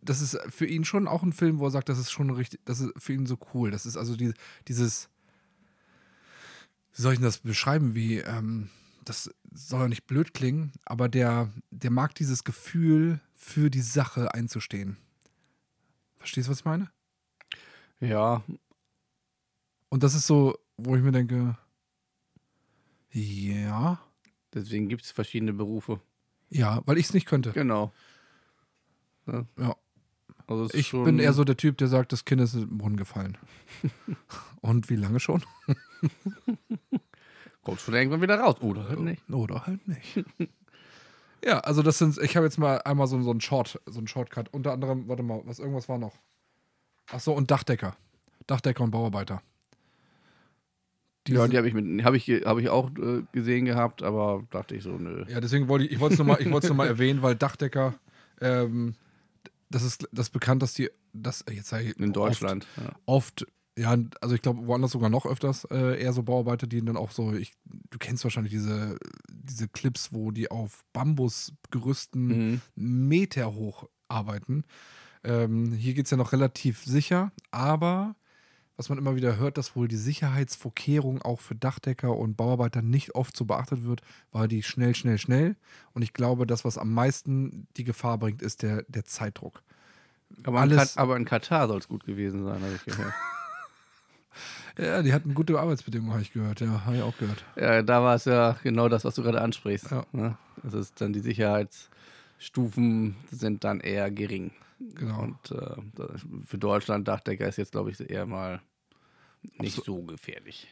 das ist für ihn schon auch ein Film, wo er sagt, das ist schon richtig. Das ist für ihn so cool. Das ist also die, dieses. Wie soll ich denn das beschreiben? Wie. Ähm, das soll ja nicht blöd klingen, aber der, der mag dieses Gefühl, für die Sache einzustehen. Verstehst du, was ich meine?
Ja,
Und das ist so, wo ich mir denke, Ja.
Deswegen gibt es verschiedene Berufe.
Ja, weil ich es nicht könnte.
Genau.
Ja.
Also es ist
Ich
schon-
bin eher so der Typ, der sagt, das Kind ist im Brunnen gefallen. Und wie lange schon?
Kommt schon irgendwann wieder raus. Oder halt nicht.
Oder halt nicht. ja, also das sind, ich habe jetzt mal einmal so, so einen Short, so einen Shortcut. Unter anderem, warte mal, was irgendwas war noch. Ach so, und Dachdecker. Dachdecker und Bauarbeiter. Die
ja,
sind-
die habe ich, mit- hab ich, ge- hab ich auch äh, gesehen gehabt, aber dachte ich so, nö.
Ja, deswegen wollte ich, ich wollte es nochmal noch mal erwähnen, weil Dachdecker, ähm, das ist das ist bekannt, dass die, das, jetzt sag ich
In Deutschland. Ja.
Oft, oft ja, also ich glaube, woanders sogar noch öfters äh, eher so Bauarbeiter, die dann auch so, ich, du kennst wahrscheinlich diese, diese Clips, wo die auf Bambusgerüsten
Mhm.
Meter hoch arbeiten. Ähm, hier geht es ja noch relativ sicher, aber was man immer wieder hört, dass wohl die Sicherheitsvorkehrung auch für Dachdecker und Bauarbeiter nicht oft so beachtet wird, war die schnell, schnell, schnell. Und ich glaube, das, was am meisten die Gefahr bringt, ist der, der Zeitdruck.
Aber, in
Alles-
Kat- aber in Katar soll es gut gewesen sein, habe ich gehört.
Ja, die hatten gute Arbeitsbedingungen, habe ich gehört. Ja, habe ich auch gehört.
ja, da war es ja genau das, was du gerade ansprichst.
Ja.
Ne? Das ist dann die Sicherheitsstufen sind dann eher gering.
Genau.
Und äh, das- für Deutschland Dachdecker ist jetzt, glaube ich, eher mal nicht so gefährlich.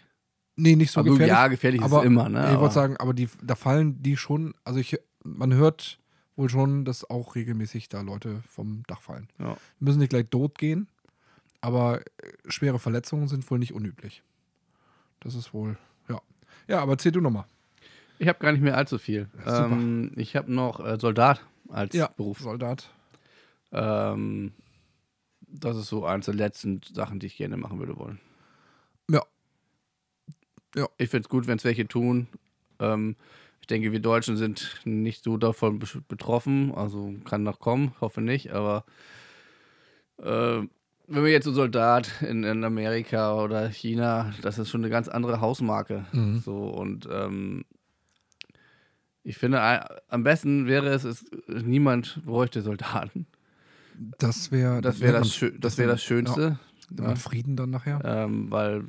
Nee, nicht so
Also,
gefährlich.
ja, gefährlich ist es immer, ne?
Ich
Aber-
wollte sagen, aber die, da fallen die schon, also ich, man hört wohl schon, dass auch regelmäßig da Leute vom Dach fallen.
Ja.
Müssen nicht gleich tot gehen, aber äh, schwere Verletzungen sind wohl nicht unüblich. Das ist wohl, ja. Ja, aber zähl du nochmal.
Ich habe gar nicht mehr allzu viel.
Super.
Ähm, ich habe noch äh, Soldat als Beruf.
Soldat.
Ähm, das ist so eins der letzten Sachen, die ich gerne machen würde wollen.
Ja. Ja.
Ich finde es gut, wenn es welche tun. Ähm, ich denke, wir Deutschen sind nicht so davon besch- betroffen. Also kann noch kommen, hoffe nicht. Aber äh, wenn wir jetzt ein Soldat in, in Amerika oder China, das ist schon eine ganz andere Hausmarke.
Mhm.
So und ähm, ich finde, ein- am besten wäre es, es, niemand bräuchte Soldaten.
Das wäre
Das wäre das, Schö- das, wär das Schönste,
Ja, ja. Frieden dann nachher.
ähm, weil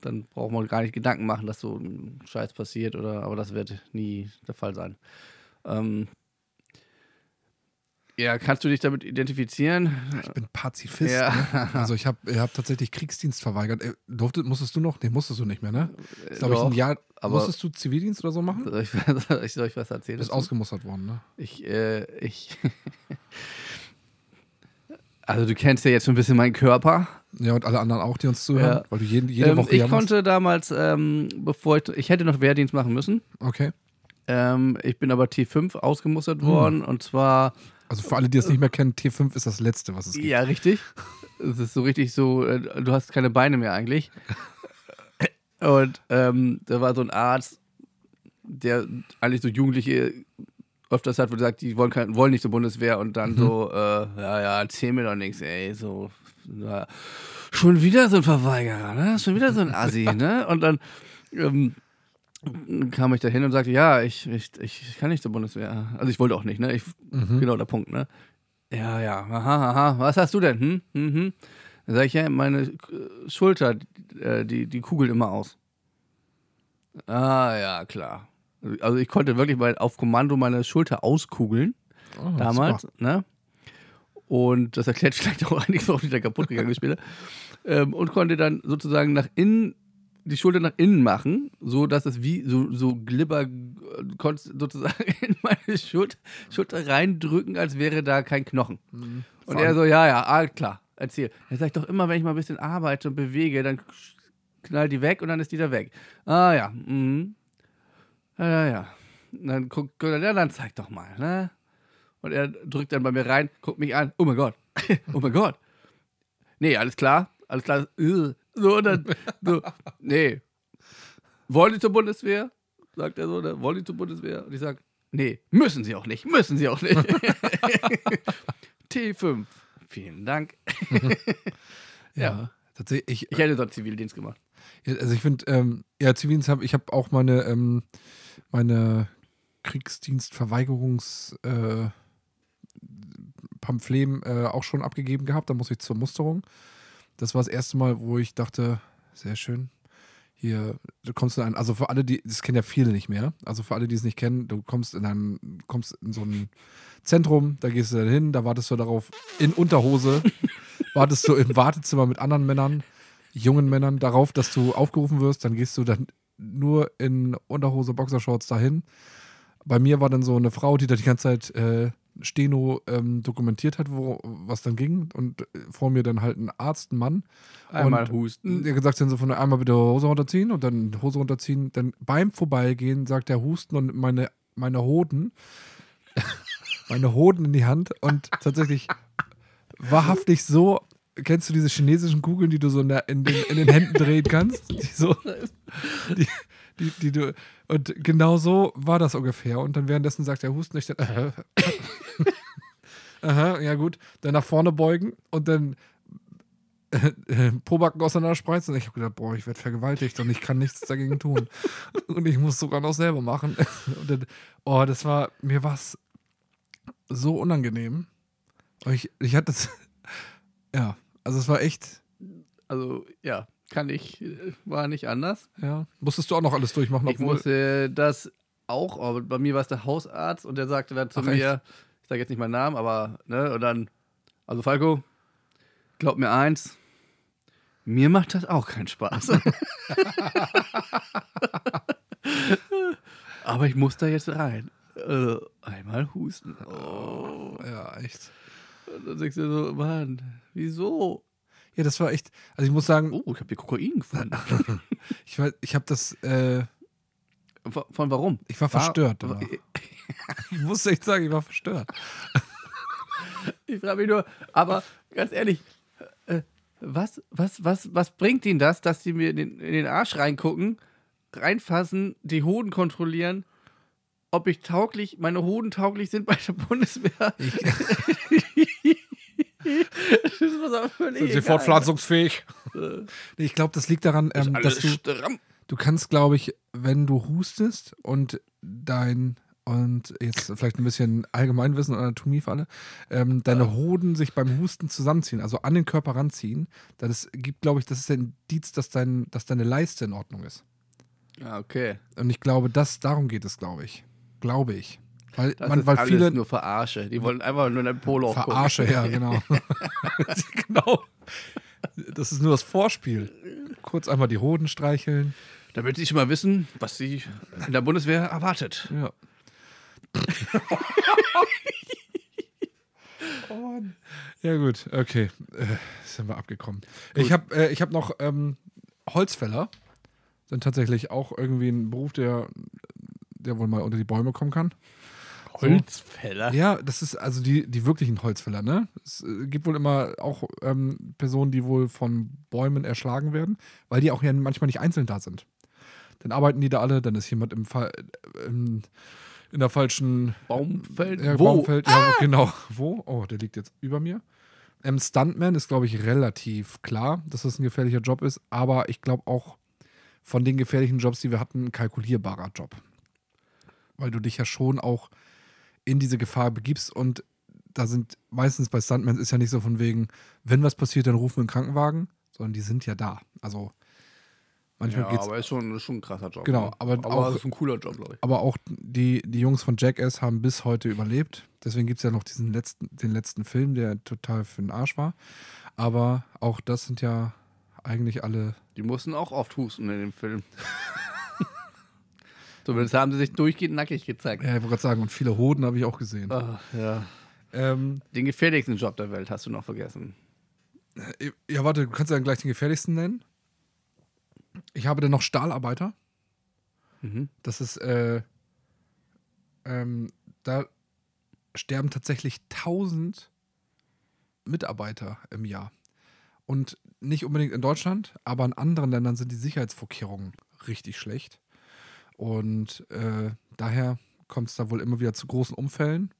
dann braucht man gar nicht Gedanken machen, dass so ein Scheiß passiert oder, aber das wird nie der Fall sein. Ähm, ja, kannst du dich damit identifizieren?
Ich bin Pazifist.
Ja.
Ne? Also ich habe hab tatsächlich Kriegsdienst verweigert. Äh, Durfte, musstest du noch? Nee, musstest du nicht mehr, ne?
Äh,
Ist, glaube ich, ein
doch,
Jahr.
aber-
musstest du Zivildienst oder so machen?
Soll ich, soll ich, soll ich was erzählen?
Du bist
dazu?
ausgemustert worden, ne?
Ich, äh, ich. also, du kennst ja jetzt schon ein bisschen meinen Körper.
Ja, und alle anderen auch, die uns zuhören,
Ja.
weil du jede, jede
ähm,
Woche
ich
jammerst.
konnte damals, ähm, bevor ich. Ich hätte noch Wehrdienst machen müssen.
Okay.
Ähm, ich bin aber T5 ausgemustert worden und zwar.
Also für alle, die es nicht mehr kennen, T5 ist das Letzte, was es gibt.
Ja, richtig. Es ist so richtig so, äh, du hast keine Beine mehr eigentlich. Und ähm, da war so ein Arzt, der eigentlich so Jugendliche öfters hat, wo der sagt, die wollen, kein, wollen nicht zur Bundeswehr und dann so, äh, ja, ja, erzähl mir doch nichts, ey, so. Na, schon wieder so ein Verweigerer, ne? Schon wieder so ein Assi, ne? Und dann ähm, kam ich da hin und sagte, ja, ich, ich, ich kann nicht zur Bundeswehr. Also ich wollte auch nicht, ne? Ich, Genau der Punkt, ne? Ja, ja, aha, aha, was hast du denn? Hm? Hm, hm? Dann sage ich, ja, meine äh, Schulter, äh, die, die kugelt immer aus. Ah, ja, klar. Also ich konnte wirklich mal auf Kommando meine Schulter auskugeln
Oh,
damals,
super.
ne? Und das erklärt vielleicht auch einiges, warum die da kaputt gegangen ist später. Ähm, und konnte dann sozusagen nach innen, die Schulter nach innen machen, so dass es wie so, so Glibber äh, konntest sozusagen in meine Schulter, Schulter reindrücken, als wäre da kein Knochen. Und er so, ja, ja, ah, klar, erzähl. Dann sag ich doch immer, wenn ich mal ein bisschen arbeite und bewege, dann knallt die weg und dann ist die da weg. Ah ja, mhm. Ja, ja, ja. Und Dann guckt, ja, dann zeig doch mal, ne? Und er drückt dann bei mir rein, guckt mich an. Oh mein Gott. oh mein Gott. Nee, alles klar. Alles klar. Äh. So, und dann, so, nee. Wollen Sie zur Bundeswehr? Sagt er so, ne? Wollen Sie zur Bundeswehr? Und ich sage, nee, müssen Sie auch nicht. Müssen Sie auch nicht. T5. Vielen Dank.
Ja. Tatsächlich, ich,
Ich hätte dort Zivildienst gemacht.
Ja, Also ich finde, ähm, ja, Zivildienst habe ich habe auch meine, ähm, meine Kriegsdienstverweigerungs äh, Pamphlet äh, auch schon abgegeben gehabt. Da muss ich zur Musterung. Das war das erste Mal, wo ich dachte, sehr schön. hier, du kommst in einen, also für alle, die, das kennen ja viele nicht mehr, also für alle, die es nicht kennen, du kommst in einen, kommst in so ein Zentrum, da gehst du dann hin, da wartest du darauf, in Unterhose, wartest du im Wartezimmer mit anderen Männern, jungen Männern, darauf, dass du aufgerufen wirst, dann gehst du dann nur in Unterhose, Boxershorts dahin. Bei mir war dann so eine Frau, die da die ganze Zeit äh, Steno ähm, dokumentiert hat, wo, was dann ging. Und äh, vor mir dann halt ein Arzt, ein Mann.
Einmal
und
husten.
Der gesagt, dann so von einmal bitte Hose runterziehen und dann Hose runterziehen. Dann beim Vorbeigehen sagt er Husten und meine, meine Hoden, meine Hoden in die Hand und tatsächlich wahrhaftig so. Kennst du diese chinesischen Kugeln, die du so in, der, in, den, in den Händen drehen kannst? Die so, die, die, die du, und genau so war das ungefähr. Und dann währenddessen sagt der Husten, ich dann, äh, Aha, ja gut. Dann nach vorne beugen und dann äh, äh, Pobacken auseinanderspreizen. Und ich habe gedacht, boah, ich werde vergewaltigt und ich kann nichts dagegen tun. Und ich muss sogar noch selber machen. Und dann, oh, das war, mir war es so unangenehm. Und ich, ich hatte das, ja, also es war echt,
Also, ja, kann ich, äh, war nicht anders.
ja. Musstest du auch noch alles durchmachen,
Ich musste das auch, aber bei mir war es der Hausarzt und der sagte dann zu
Ach, echt?
mir, ich sage jetzt nicht meinen Namen, aber, ne, und dann, also Falco, glaub mir eins, mir macht das auch keinen Spaß. aber ich muss da jetzt rein. Äh, einmal husten. Oh.
ja, echt.
Und dann sagst du so, Mann, wieso?
Ja, das war echt, also ich muss sagen,
Oh, ich habe hier Kokain gefunden.
ich, weiß- ich habe das, äh,
Von, von warum?
ich war verstört.
War,
danach. Ich muss echt sagen, ich war verstört.
Ich frage mich nur, aber ganz ehrlich, äh, was, was, was, was bringt ihnen das, dass sie mir in den, in den Arsch reingucken, reinfassen, die Hoden kontrollieren, ob ich tauglich, meine Hoden tauglich sind bei der Bundeswehr? das ist was auch völlig
Sind sie
egal.
fortpflanzungsfähig?
Äh,
Nee, ich glaube, das liegt daran, ähm, dass
Alles
du,
stramm.
du kannst, glaube ich, wenn du hustest und dein, und jetzt vielleicht ein bisschen Allgemeinwissen und Anatomie für alle, ähm, deine Hoden sich beim Husten zusammenziehen, also an den Körper ranziehen, das gibt, glaube ich, das ist der Indiz, dass, dein, dass deine Leiste in Ordnung ist.
Ja, okay.
Und ich glaube, das, darum geht es, glaube ich. Glaube ich. Weil,
Das
man,
ist
weil
alles
viele,
nur Verarsche. Die wollen einfach nur in ein Polo gucken.
Verarsche, ja, genau. genau. Das ist nur das Vorspiel. Kurz einmal die Hoden streicheln.
Damit sie schon mal wissen, was sie in der Bundeswehr erwartet.
Ja. ja, gut, okay. Äh, sind wir abgekommen. Ich habe äh, ich hab noch ähm, Holzfäller. Sind tatsächlich auch irgendwie ein Beruf, der, der wohl mal unter die Bäume kommen kann.
Holzfäller.
Ja, das ist also die, die wirklichen Holzfäller, ne? Es äh, gibt wohl immer auch ähm, Personen, die wohl von Bäumen erschlagen werden, weil die auch ja manchmal nicht einzeln da sind. Dann arbeiten die da alle, dann ist jemand im Fall äh, in, in der falschen
Baumfeld.
ja,
Wo? Ah!
Baumfeld, ja, genau. Wo? Oh, der liegt jetzt über mir. Ähm, Stuntman ist, glaube ich, relativ klar, dass das ein gefährlicher Job ist, aber ich glaube auch von den gefährlichen Jobs, die wir hatten, ein kalkulierbarer Job. Weil du dich ja schon auch in diese Gefahr begibst und da sind meistens bei Stuntmans ist ja nicht so von wegen, wenn was passiert, dann rufen wir einen Krankenwagen, sondern die sind ja da. Also manchmal
ja,
geht's.
aber ist schon, ist schon ein krasser Job.
Genau,
ne?
aber
aber
auch-
ist ein cooler Job, glaube ich.
Aber auch die, die Jungs von Jackass haben bis heute überlebt. Deswegen gibt es ja noch diesen letzten, den letzten Film, der total für den Arsch war. Aber auch das sind ja eigentlich alle.
Die mussten auch oft husten in dem Film. Zumindest haben sie sich durchgehend nackig gezeigt.
Ja, ich wollte gerade sagen, und viele Hoden habe ich auch gesehen.
Ach, ja.
Ähm,
Den gefährlichsten Job der Welt hast du noch vergessen.
ja, warte, du kannst ja gleich den gefährlichsten nennen. Ich habe dann noch Stahlarbeiter.
Mhm.
Das ist, äh, ähm, da sterben tatsächlich 1000 Mitarbeiter im Jahr. Und nicht unbedingt in Deutschland, aber in anderen Ländern sind die Sicherheitsvorkehrungen richtig schlecht. Und äh, daher kommt es da wohl immer wieder zu großen Unfällen.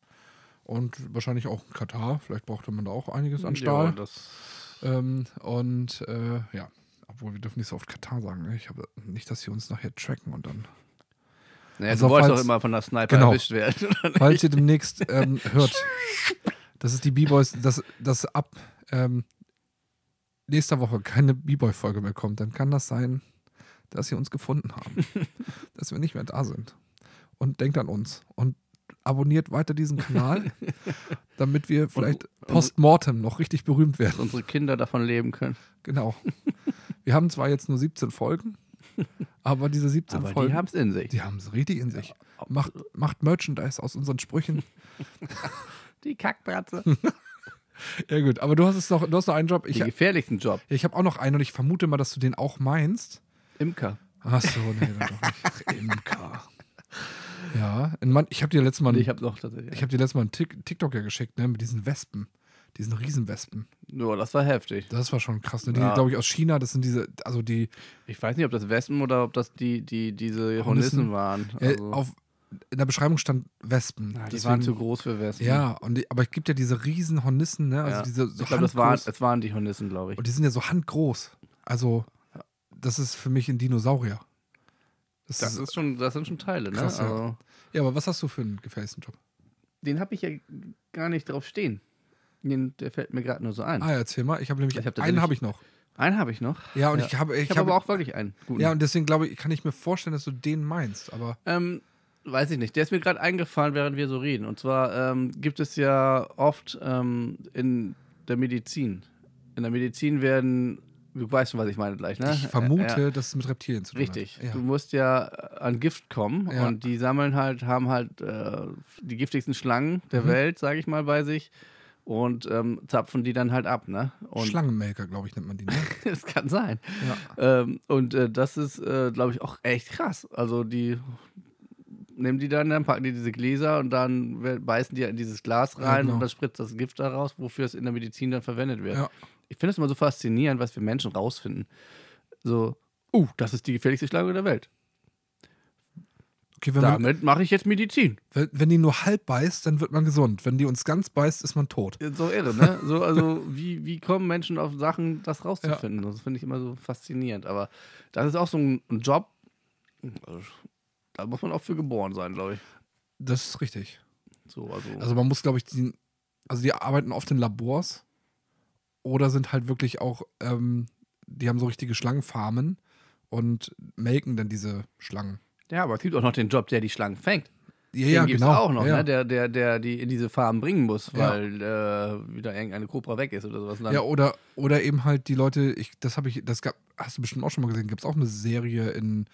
Und wahrscheinlich auch in Katar. Vielleicht brauchte man da auch einiges an Stahl.
Ja, das
Ähm, und äh, ja, obwohl wir dürfen nicht so oft Katar sagen. Ne? Ich habe nicht, dass sie uns nachher tracken und dann
naja,
Also
du wolltest
falls-
doch immer von der Sniper
Genau.
erwischt werden. oder nicht?
Falls ihr demnächst ähm, hört, das ist die B-Boys, dass das ab ähm, nächster Woche keine B-Boy-Folge mehr kommt, dann kann das sein, dass sie uns gefunden haben, dass wir nicht mehr da sind. Und denkt an uns und abonniert weiter diesen Kanal, damit wir vielleicht postmortem noch richtig berühmt
dass
werden.
unsere Kinder davon leben können.
Genau. Wir haben zwar jetzt nur 17 Folgen, aber diese 17
Aber
Folgen,
die haben äh, es in sich.
die haben es richtig in sich. Macht, macht Merchandise aus unseren Sprüchen.
Die Kackbratze.
Ja gut, aber du hast es noch, du hast noch einen Job. Ich,
Den gefährlichsten Job.
ich habe auch noch einen und ich vermute mal, dass du den auch meinst.
Imker.
Ach so, nee, dann doch nicht. Imker. Ja, in man, ich habe dir letztes Mal,
Ich
ich habe
habe noch tatsächlich.
hab dir letztes Mal einen Tik- TikTok ja geschickt, ne, mit diesen Wespen, diesen Riesenwespen.
Nur, das war heftig.
Das war schon krass, ne? Die
Ja.
glaube ich aus China, das sind diese, also die
Ich weiß nicht, ob das Wespen oder ob das die, die diese
Hornissen.
Hornissen waren.
äh,
Also,
auf in der Beschreibung stand Wespen.
ja, Ah, die
Deswegen-
waren zu groß für Wespen.
Ja, und die, aber es gibt ja diese riesen Hornissen, ne? Also
Ja.
diese so
ich glaube, das waren,
handgroß.
das waren die Hornissen, glaube ich.
Und die sind ja so handgroß. Also, das ist für mich ein Dinosaurier. Das
Das,
ist,
ist schon, das sind schon Teile, ne?
Krass, ja.
also,
ja, aber was hast du für einen gefährlichsten Job?
den habe ich ja gar nicht drauf stehen. Den, der fällt mir gerade nur so ein.
Ah, ja, erzähl mal. Ich habe nämlich
Ich hab
einen
tatsächlich-
habe ich noch.
Einen habe ich noch.
Ja, und
Ja.
ich habe
Ich, habe aber auch wirklich einen. Guten.
Ja, und deswegen glaube ich, kann ich mir vorstellen, dass du den meinst, aber
ähm, weiß ich nicht. Der ist mir gerade eingefallen, während wir so reden. Und zwar ähm, gibt es ja oft ähm, in der Medizin. In der Medizin werden, du weißt schon, was ich meine gleich, ne?
ich vermute,
Ja,
dass es mit Reptilien zu tun
Richtig.
hat. Ja.
Du musst ja äh, an Gift kommen
Ja.
und die sammeln halt, haben halt äh, die giftigsten Schlangen der
Mhm.
Welt, sage ich mal, bei sich und ähm, zapfen die dann halt ab, ne? Und
Schlangenmelker, glaube ich, nennt man die. Ne?
das kann sein.
ja.
Ähm, und äh, das ist, äh, glaube ich, auch echt krass. Also die nehmen die dann, dann packen die diese Gläser und dann we- beißen die in dieses Glas rein
Ja, genau.
und dann spritzt das Gift da raus, wofür es in der Medizin dann verwendet wird.
Ja.
Ich finde es immer so faszinierend, was wir Menschen rausfinden. So, uh, das ist die gefährlichste Schlange der Welt.
Okay, wenn, man,
Damit mache ich jetzt Medizin.
wenn, wenn die nur halb beißt, dann wird man gesund. Wenn die uns ganz beißt, ist man tot.
So irre, ne? So, also, wie, wie kommen Menschen auf Sachen, das rauszufinden? Das finde ich immer so faszinierend. Aber das ist auch so ein, ein Job, da muss man auch für geboren sein, glaube ich.
Das ist richtig.
So, also,
Also man muss, glaube ich, die, also die arbeiten oft in Labors oder sind halt wirklich auch, ähm, die haben so richtige Schlangenfarmen und melken dann diese Schlangen.
ja, aber es gibt auch noch den Job, der die Schlangen fängt.
Ja, genau.
Den gibt's auch noch,
ja.
ne? Der, der, der die in diese Farm bringen muss,
Ja.
weil äh, wieder irgendeine Kobra weg ist oder sowas. Und dann-
ja, oder, oder eben halt die Leute, ich, das habe ich, das gab, hast du bestimmt auch schon mal gesehen, gibt es auch eine Serie in,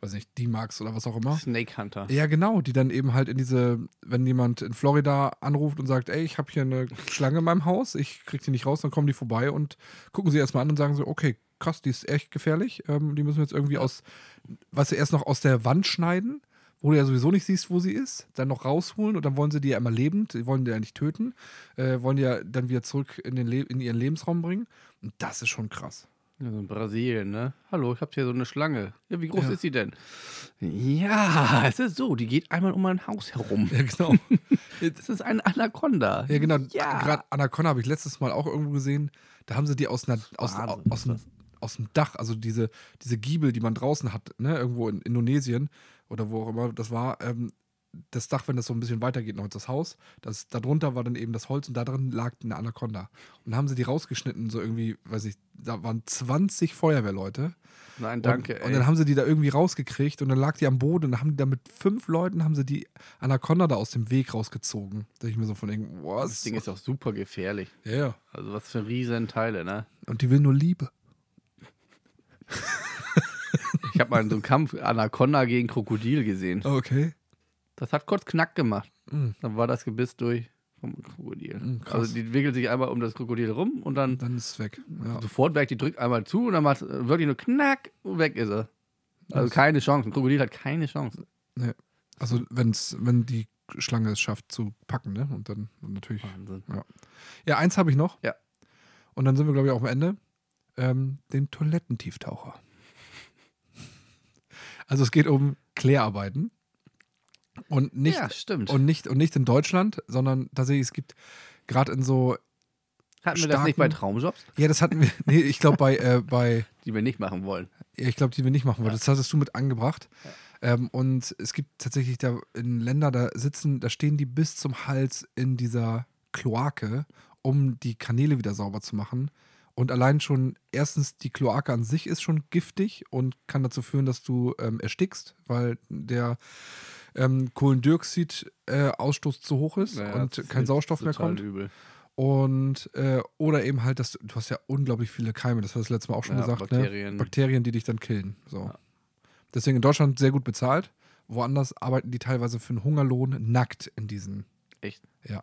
weiß nicht, D-Max oder was auch immer.
Snake Hunter.
Ja, genau, die dann eben halt in diese, wenn jemand in Florida anruft und sagt, ey, ich habe hier eine Schlange in meinem Haus, ich krieg die nicht raus, dann kommen die vorbei und gucken sie erstmal an und sagen so, okay, krass, die ist echt gefährlich, ähm, die müssen wir jetzt irgendwie aus, was sie erst noch aus der Wand schneiden, wo du ja sowieso nicht siehst, wo sie ist, dann noch rausholen und dann wollen sie die ja immer lebend, die wollen die ja nicht töten, äh, wollen die ja dann wieder zurück in, den Le in ihren Lebensraum bringen und das ist schon krass.
Also in Brasilien, ne? Hallo, ich hab hier so eine Schlange. Ja, wie groß
Ja.
ist die denn? Ja, es ist so, die geht einmal um mein Haus herum.
Ja, genau.
Das ist ein Anaconda.
Ja, genau.
Ja.
Gerade Anaconda habe ich letztes Mal auch irgendwo gesehen. Da haben sie die aus, einer, aus, aus,
Wahnsinn,
dem, aus dem Dach, also diese, diese Giebel, die man draußen hat, ne? irgendwo in Indonesien oder wo auch immer das war. Ähm, das Dach, wenn das so ein bisschen weitergeht, noch ins das Haus. Das, darunter war dann eben das Holz und da drin lag eine Anaconda. Und da haben sie die rausgeschnitten, so irgendwie, weiß ich, da waren 20 Feuerwehrleute.
Nein, danke.
Und,
ey.
und dann haben sie die da irgendwie rausgekriegt und dann lag die am Boden und dann haben die da mit fünf Leuten haben sie die Anaconda da aus dem Weg rausgezogen. Da ich mir so von denken, was?
das Ding ist auch super gefährlich.
Ja, ja.
Also was für riesen Teile, ne?
Und die will nur Liebe.
Ich habe mal so einen Kampf Anaconda gegen Krokodil gesehen.
Ah, Okay.
Das hat kurz Knack gemacht.
Mhm.
Dann war das Gebiss durch vom Krokodil.
Mhm, krass.
also die wickelt sich einmal um das Krokodil rum und dann
Dann ist es weg. Ja. Also
sofort weg, die drückt einmal zu und dann macht wirklich nur Knack und weg ist er. Also keine Chance. Ein Krokodil hat keine Chance.
Also wenn's, wenn die Schlange es schafft zu packen, ne? Und dann natürlich.
Wahnsinn.
Ja, eins habe ich noch.
Ja.
Und dann sind wir, glaube ich, auch am Ende. Ähm, den Toilettentieftaucher. Also es geht um Klärarbeiten. Und nicht,
ja, stimmt.
und nicht, und nicht in Deutschland, sondern tatsächlich, es gibt gerade in so,
Hatten wir das nicht
starken-
bei Traumjobs,
ja, das hatten wir, nee, ich glaube bei, äh, bei
die wir nicht machen wollen?
Ja, ich glaube, die wir nicht machen wollen. Das hattest du mit angebracht. Ähm, und es gibt tatsächlich da in Länder, da sitzen, da stehen die bis zum Hals in dieser Kloake, um die Kanäle wieder sauber zu machen Und allein schon, erstens, die Kloake an sich ist schon giftig und kann dazu führen, dass du ähm, erstickst, weil der ähm, Kohlendioxid-Ausstoß zu hoch ist
Naja, das
und
ist
kein
jetzt
Sauerstoff mehr
total
kommt.
Übel.
Und äh, oder eben halt, dass du, du hast ja unglaublich viele Keime, das hast du das letzte Mal auch schon
Ja,
gesagt,
Bakterien.
ne? Bakterien, die dich dann killen. So.
Ja.
Deswegen in Deutschland sehr gut bezahlt. Woanders arbeiten die teilweise für einen Hungerlohn nackt in diesen.
Echt?
Ja.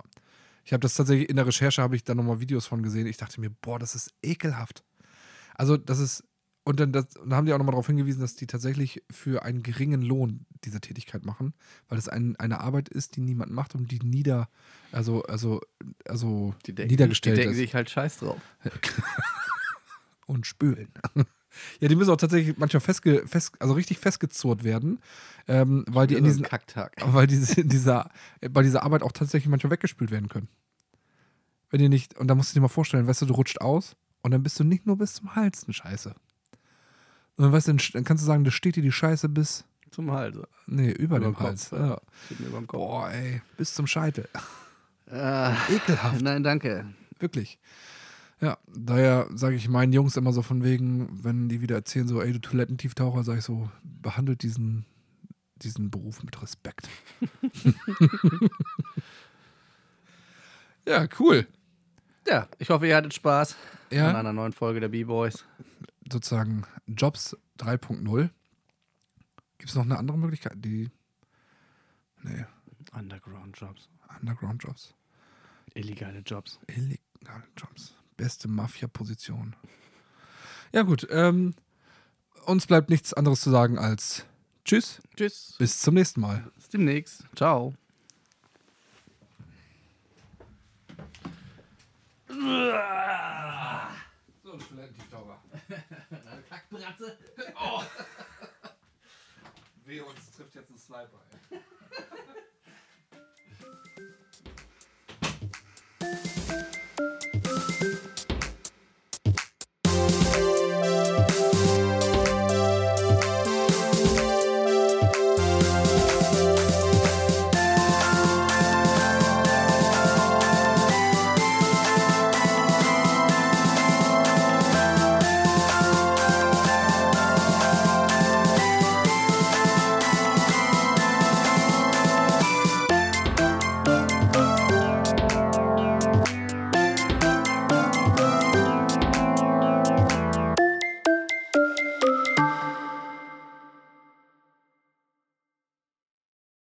Ich habe das tatsächlich in der Recherche habe ich da nochmal Videos von gesehen. Ich dachte mir, boah, das ist ekelhaft. Also das ist und dann, das, und dann haben die auch nochmal darauf hingewiesen, dass die tatsächlich für einen geringen Lohn diese Tätigkeit machen, weil das ein, eine Arbeit ist, die niemand macht und die nieder, also also also
Die denken,
niedergestellt
die denken
ist.
sich halt scheiß drauf.
und spülen. ja, die müssen auch tatsächlich manchmal festge, fest, also richtig festgezurrt werden, ähm, weil die in
So ein
diesen,
Kacktag.
weil diese, in dieser, äh, bei dieser Arbeit auch tatsächlich manchmal weggespült werden können. Wenn ihr nicht, und da musst du dir mal vorstellen, weißt du, du rutscht aus und dann bist du nicht nur bis zum Hals eine Scheiße. Sondern weißt du, dann st- dann kannst du sagen, da steht dir die Scheiße bis,
Zum Halse.
nee, über,
Über
dem
dem Kopf,
Hals.
ja.
Ja.
Steht mir über dem Kopf.
Boah, ey, bis zum Scheitel.
Ah,
Ekelhaft.
nein, danke.
Wirklich. Ja, daher sage ich meinen Jungs immer so von wegen, wenn die wieder erzählen, so, ey, du Toilettentieftaucher, sage ich so, behandelt diesen, diesen Beruf mit Respekt. ja, cool.
Ja, ich hoffe, ihr hattet Spaß an
Ja,
einer neuen Folge der B-Boys.
sozusagen Jobs 3.0. Gibt es noch eine andere Möglichkeit? Die. Nee,
Underground Jobs.
Underground Jobs.
Illegale Jobs.
Illegale Jobs. Beste Mafia-Position. Ja, gut. Ähm, uns bleibt nichts anderes zu sagen als Tschüss,
Tschüss.
bis zum nächsten Mal.
Bis demnächst. Ciao.
So,
Kackbratze.
uns trifft jetzt ein Sniper, ey.